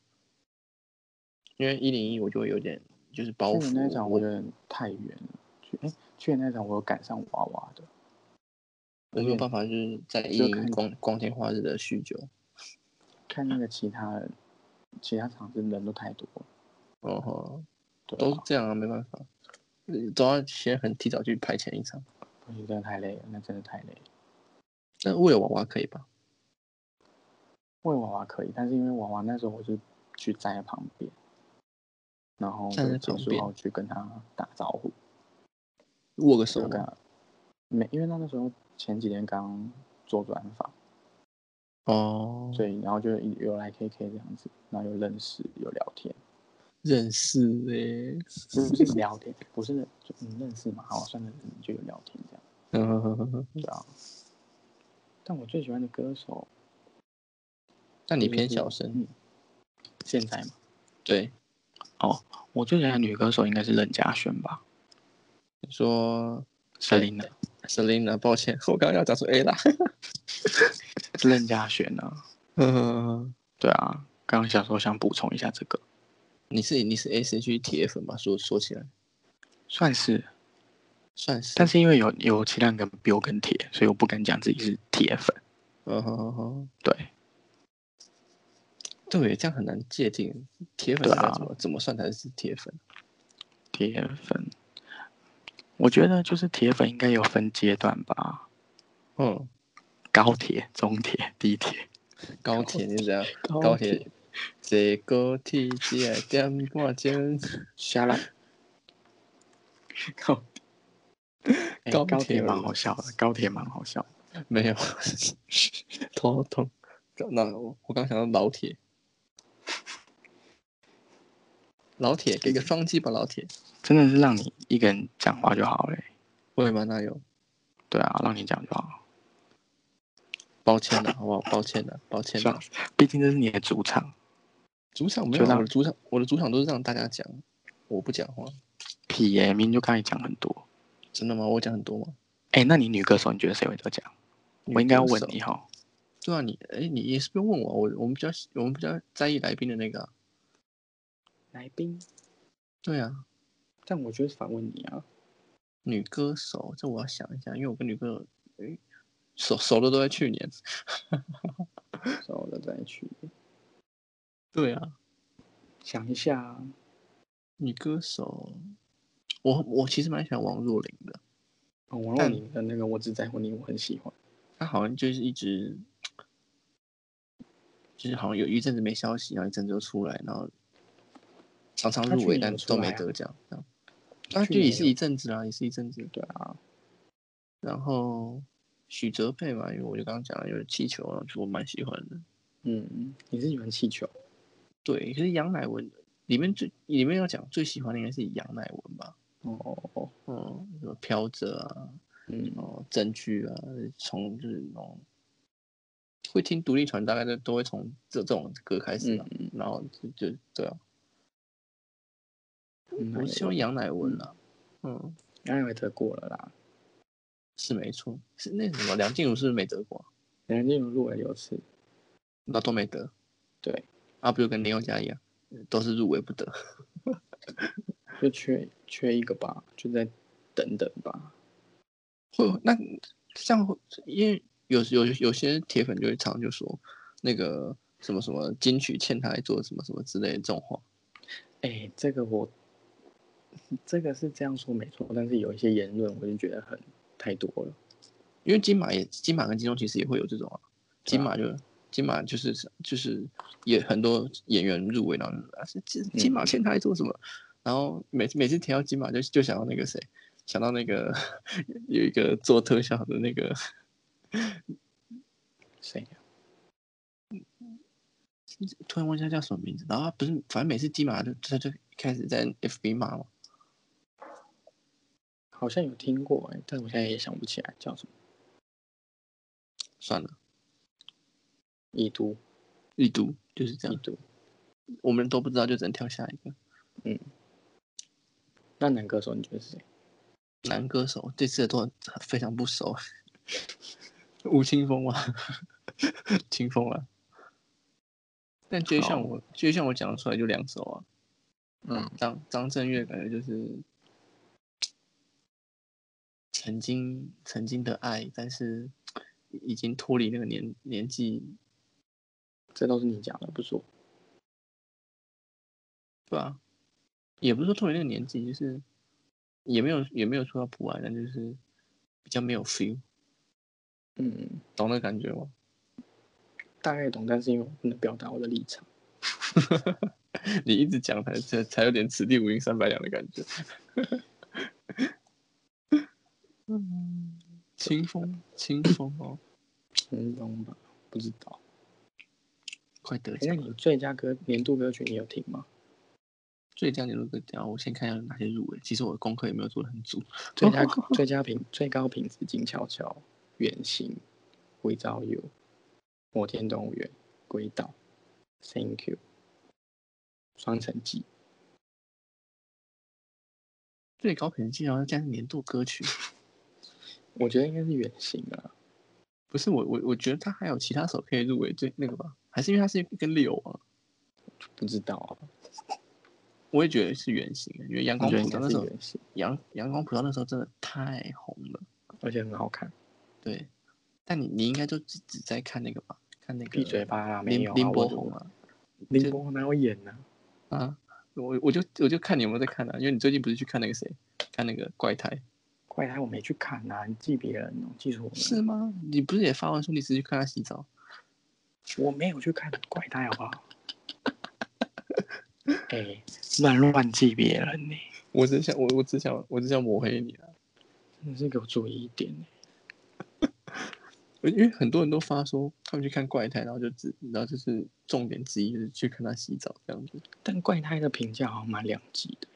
S1: 因为一零一我就会有点就是包
S2: 去
S1: 袱
S2: 年那场我有点太远了，去哎、去年那场我有赶上娃娃的，
S1: 我没有办法就是在一
S2: 就
S1: 零
S2: 看
S1: 一光光天化日的酗酒。
S2: 看那个其他人，其他场子人都太多了，
S1: 哦吼，
S2: 对
S1: 都是
S2: 啊，
S1: 这样啊，没办法，嗯都要先很提早去排前一场。
S2: 不行，真的太累了，那真的太累了。
S1: 那为了娃娃可以吧？
S2: 喂娃娃可以，但是因为娃娃那时候我是去站在旁边，然后
S1: 站在
S2: 就结
S1: 旁
S2: 束
S1: 边
S2: 后去跟他打招呼，
S1: 握个
S2: 就
S1: 手
S2: 跟
S1: 吗？
S2: 他没，因为他那时候前几天刚做专访，啊
S1: 哦，
S2: 所以然后就有来 KK 这样子，然后又认识又聊天。
S1: 认识欸嘞、 [laughs]
S2: 就是聊天，不是就你认识嘛？好，算了，你就有聊天这样，
S1: 嗯，
S2: 对啊。但我最喜欢的歌手，
S1: 那你偏
S2: 就是
S1: 小声，
S2: 嗯，现在嘛，
S1: 对，
S2: 我最喜欢的女歌手应该是任嘉萱吧
S1: 你说哎
S2: ，Selina，
S1: Selina，抱歉，我刚刚要讲出 A 啦。 [laughs]
S2: 任嘉萱啊，
S1: 嗯，
S2: 对啊。刚刚小时候想补充一下这个，
S1: 你是你是 S H E 铁粉吧？说说起来
S2: 算是，
S1: 算是，
S2: 但是因为有有其他人跟比我更铁，所以我不敢讲自己是铁粉。
S1: 嗯哼哼哼，
S2: 对，
S1: 对，这样很难界定铁粉
S2: 对
S1: 大概
S2: 啊
S1: 怎么、怎么算才是铁粉？
S2: 铁粉，我觉得就是铁粉应该有分阶段吧，
S1: 嗯，
S2: 高铁、中铁、低铁。
S1: 高铁你怎样？
S2: 高
S1: 高铁，坐高铁只要点半钟。
S2: 下来。 [laughs] 高哎
S1: 高
S2: 高
S1: 铁
S2: 铁蛮
S1: 路
S2: 好笑的，高铁蛮好笑的。
S1: 没有， [laughs] 头痛。那我我刚想到老铁，老铁给个双击吧，老铁。
S2: 真的是让你一个人讲话就好嘞、
S1: 会吗？那有，
S2: 对啊，让你讲就好。
S1: 抱歉了，好不好？抱歉了，抱歉
S2: 算
S1: 了
S2: 了。，毕竟这是你啊的主场。
S1: 主场没
S2: 就
S1: 有啊，
S2: 让
S1: 我的主场，我的主场都是让大家讲，我不讲话。
S2: 屁耶、明明就刚才讲很多。
S1: 真的吗？我讲很多吗？
S2: 哎、那你女歌手你觉得谁会得奖？我应该要
S1: 女歌
S2: 问
S1: 手
S2: 你哈。
S1: 对啊，你哎，你也是不用问我，我我们比较喜我们比较在意来宾的那个啊、
S2: 来宾，
S1: 对啊，
S2: 但我就是反问你啊。
S1: 女歌手，这我要想一下，因为我跟女歌手，哎，熟熟的都在去年。 [laughs]
S2: 我的再去
S1: 对啊，
S2: 想一下啊，
S1: 女歌手，我我其实蛮喜欢王若琳的，
S2: 哦王若
S1: 但
S2: 琳的那个我只在乎你，我很喜欢。
S1: 她好像就是一直，就是好像有一阵子没消息，然后一阵子就出来，然后常常
S2: 她
S1: 入
S2: 去
S1: 围，
S2: 年
S1: 但
S2: 有出
S1: 都没
S2: 来啊
S1: 得奖。这样啊，
S2: 去
S1: 就也
S2: 年
S1: 是
S2: 有
S1: 一阵子啦，也是一阵子。
S2: 对啊，
S1: 然后许哲佩嘛，因为我就刚刚讲了，有气球，然后就我蛮喜欢的。
S2: 嗯，你是喜欢气球？
S1: 对，可是杨乃文里面最里面要讲最喜欢的应该是杨乃文吧？
S2: 哦，
S1: 嗯，什么飘着啊，
S2: 嗯
S1: 然后证据啊，从就是那种会听独立团，大概都都会从这这种歌开始吧。
S2: 嗯
S1: 然后就就对啊，
S2: 嗯，
S1: 我喜欢杨乃文啊，嗯，
S2: 杨伟得过了啦，
S1: 是没错，是那什么梁静茹是不是没得过啊？
S2: 梁静茹入围六次，
S1: 那都没得。
S2: 对，
S1: 啊，不就跟林宥嘉一样，呃都是入围不得。 [laughs]
S2: 就缺缺一个吧，就再等等吧。
S1: 会那像因为有有有些铁粉就会常就说那个什么什么金曲欠他来做什么什么之类的这种话，
S2: 哎、这个我 [laughs] 这个是这样说没错，但是有一些言论我就觉得很太多了。
S1: 因为金马也金马跟金钟其实也会有这种啊，
S2: 对啊
S1: 金马就。金马就是就是也很多演员入围，然后就说啊是金
S2: 嗯
S1: 金马欠他来做什么，然后每次每次提到金马就就想到那个谁，想到那个 [laughs] 有一个做特效的那个
S2: 谁啊呀、
S1: 突然忘记他叫什么名字，然后他不是，反正每次金马就他就开始在 FB 骂嘛，
S2: 好像有听过哎、但我现在也想不起来叫什么。
S1: 算了，
S2: 已读，
S1: 一读就是这
S2: 已
S1: 样，
S2: 读。嗯
S1: 我们都不知道，就只能跳下一个
S2: 那男歌手你觉得是谁？
S1: 男歌手，这次的都很非常不熟， [laughs] 吴青 [laughs] 峰啊，清风啊，但就像我就像我讲得出来就两首啊，
S2: 嗯，
S1: 张张震岳感觉就是曾经曾经的爱，但是已经脱离那个年年纪
S2: 这都是你讲的，不是我。
S1: 对啊，也不是说特别那个年纪，就是也没有也没有说他不爱，但就是比较没有 feel，
S2: 嗯，
S1: 懂那感觉吗？
S2: 大概懂，但是因为我不能表达我的立场。
S1: 你一直讲才才才有点此地无银三百两
S2: [laughs]
S1: 的感觉。嗯，清风，清风哦，
S2: 嗯，懂吧？不知道。
S1: 快得
S2: 哎那
S1: 奖！
S2: 你最佳歌年度歌曲你有听吗？
S1: 最佳年度歌奖，我先看一下有哪些入围。其实我的功课也没有做的很足。
S2: 最佳
S1: 哦
S2: 最佳品最高品质静悄悄，远行，Without You，摩天动物园，鬼岛，Thank You，双城记，
S1: 最高评级好像竟然是年度歌曲，
S2: 我觉得应该是远行啊。
S1: 不是我我我觉得他还有其他首可以入围最那个吧？还是因为他是跟柳啊？
S2: 不知道啊，
S1: 我也觉得是圆形，因为阳
S2: 我
S1: 光
S2: 觉得应
S1: 普
S2: 该
S1: 照那
S2: 是
S1: 时候，
S2: 远行，
S1: 阳阳光普照那时候真的太红了。
S2: 而且很好看。
S1: 对，但你你应该就只只在看那个吧，看那个
S2: 闭嘴吧啦，没
S1: 林
S2: 有啊
S1: 林
S2: 我
S1: 柏
S2: 怎
S1: 宏
S2: 么
S1: 啊
S2: 林柏宏哪有演呢？
S1: 啊！我我就我就看你有没有在看啊，因为你最近不是去看那个谁，看那个怪胎
S2: 怪胎我没去看呐，你记别人哦，记错
S1: 是
S2: 了。
S1: 吗？你不是也发完说你只是去看他洗澡？
S2: 我没有去看怪胎，好不好？ [laughs] 哎，乱乱记别人呢，
S1: 我只想我我只想我只想抹黑你啊！
S2: 真的是给我注意一点欸
S1: 因为很多人都发说他们去看怪胎，然后就只然后就是重点之一就是去看他洗澡这样子，
S2: 但怪胎的评价好像蛮两极的，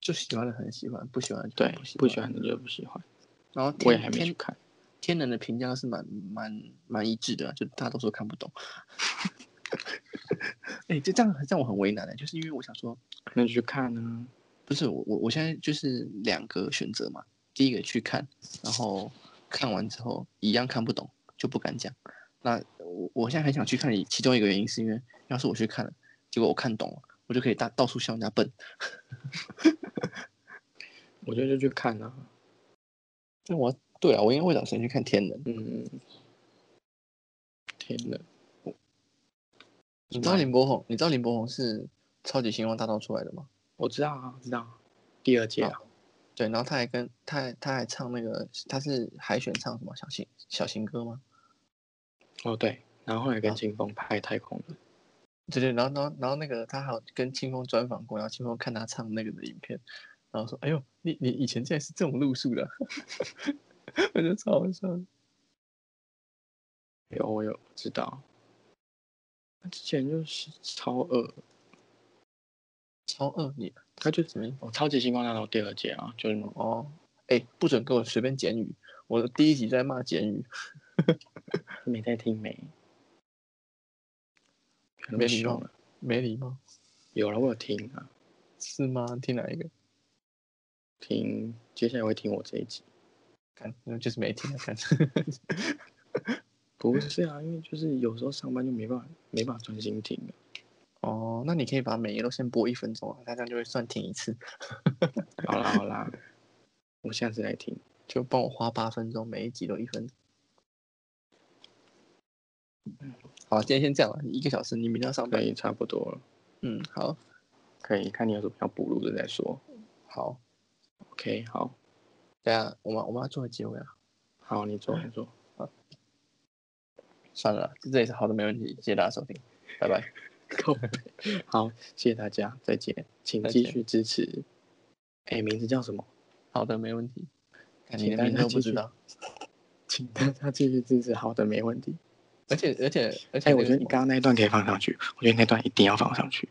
S1: 就喜欢的很喜欢，不喜欢就
S2: 对
S1: 不，
S2: 不喜欢的就不喜欢。
S1: 然后
S2: 我
S1: 天
S2: 也还没去
S1: 天
S2: 看，
S1: 天人的评价是蛮蛮蛮一致的啊、就大家都说看不懂。 [laughs] 哎、就这样，这样我很为难的、欸就是因为我想说，
S2: 那就去看呢。
S1: 不是我我我现在就是两个选择嘛，第一个去看，然后看完之后一样看不懂就不敢讲。那我我现在很想去看，其中一个原因是因为要是我去看了，结果我看懂了，我就可以大到处笑人家笨。
S2: 我觉得就去看啊。
S1: 但我对啊，我应该会找时间去看天人。
S2: 嗯，天哪，
S1: 你知道林柏宏，你知道林柏宏是超级星光大道出来的吗？
S2: 我知道啊，我知道啊，第二届啊，
S1: 对，然后他还跟他还他还唱那个，他是海选唱什么小情小情歌吗？
S2: 哦对，然后后来跟清风拍太空人，
S1: 对对，然后然后然后那个他还有跟清风专访过，然后清风看他唱那个的影片，然后说：“哎呦，你你以前竟然是这种路数的啊、 [laughs] 我就超好笑的。
S2: 有我有知道，他之前就是超恶，
S1: 超恶你
S2: 他就
S1: 什么意思？
S2: 哦超级星光大道第二届啊，就是
S1: 哦，哎，不准跟我随便剪语。我第一集在骂剪语，
S2: 没在听没，可能
S1: 没
S2: 被
S1: 礼
S2: 凶
S1: 貌
S2: 了。
S1: 没礼貌
S2: 有了，我有听啊，
S1: 是吗？听哪一个？
S2: 听接下来会听我这一集。
S1: 看，那就是没听啊。看， [laughs]
S2: 不是啊，因为就是有时候上班就没办法没办法专心听了。
S1: 哦，那你可以把每一个都先播一分钟啊，那这样就会算听一次，
S2: 好啦好啦， [laughs] 我下次来听。
S1: 就帮我花八分钟，每一集都一分钟。好，今天先这样了，一个小时，你明天要上
S2: 可
S1: 班。
S2: 以差不多了，
S1: 嗯，好，
S2: 可以看你有什么要补录的再说。
S1: 好，
S2: OK，好，
S1: 等一下我们我们要做结尾啊。
S2: 好，你做你 [laughs] 做，
S1: 算了啦，这也是好的，没问题，谢谢大家收听，拜拜。
S2: 靠背。好，谢谢大家，再见，请
S1: 再见
S2: 继续支持。哎，名字叫什么？
S1: 好的，没问题。看你
S2: 请
S1: 的
S2: 大
S1: 名字
S2: 家
S1: 都不
S2: 继
S1: 知
S2: 续
S1: 道，
S2: 请大家继续支持。好的，没问题。
S1: 而且而且而且
S2: 哎，
S1: 那
S2: 我
S1: 个
S2: 觉得
S1: 什
S2: 你
S1: 么
S2: 刚刚那一段可以放上去，我觉得那段一定要放上去。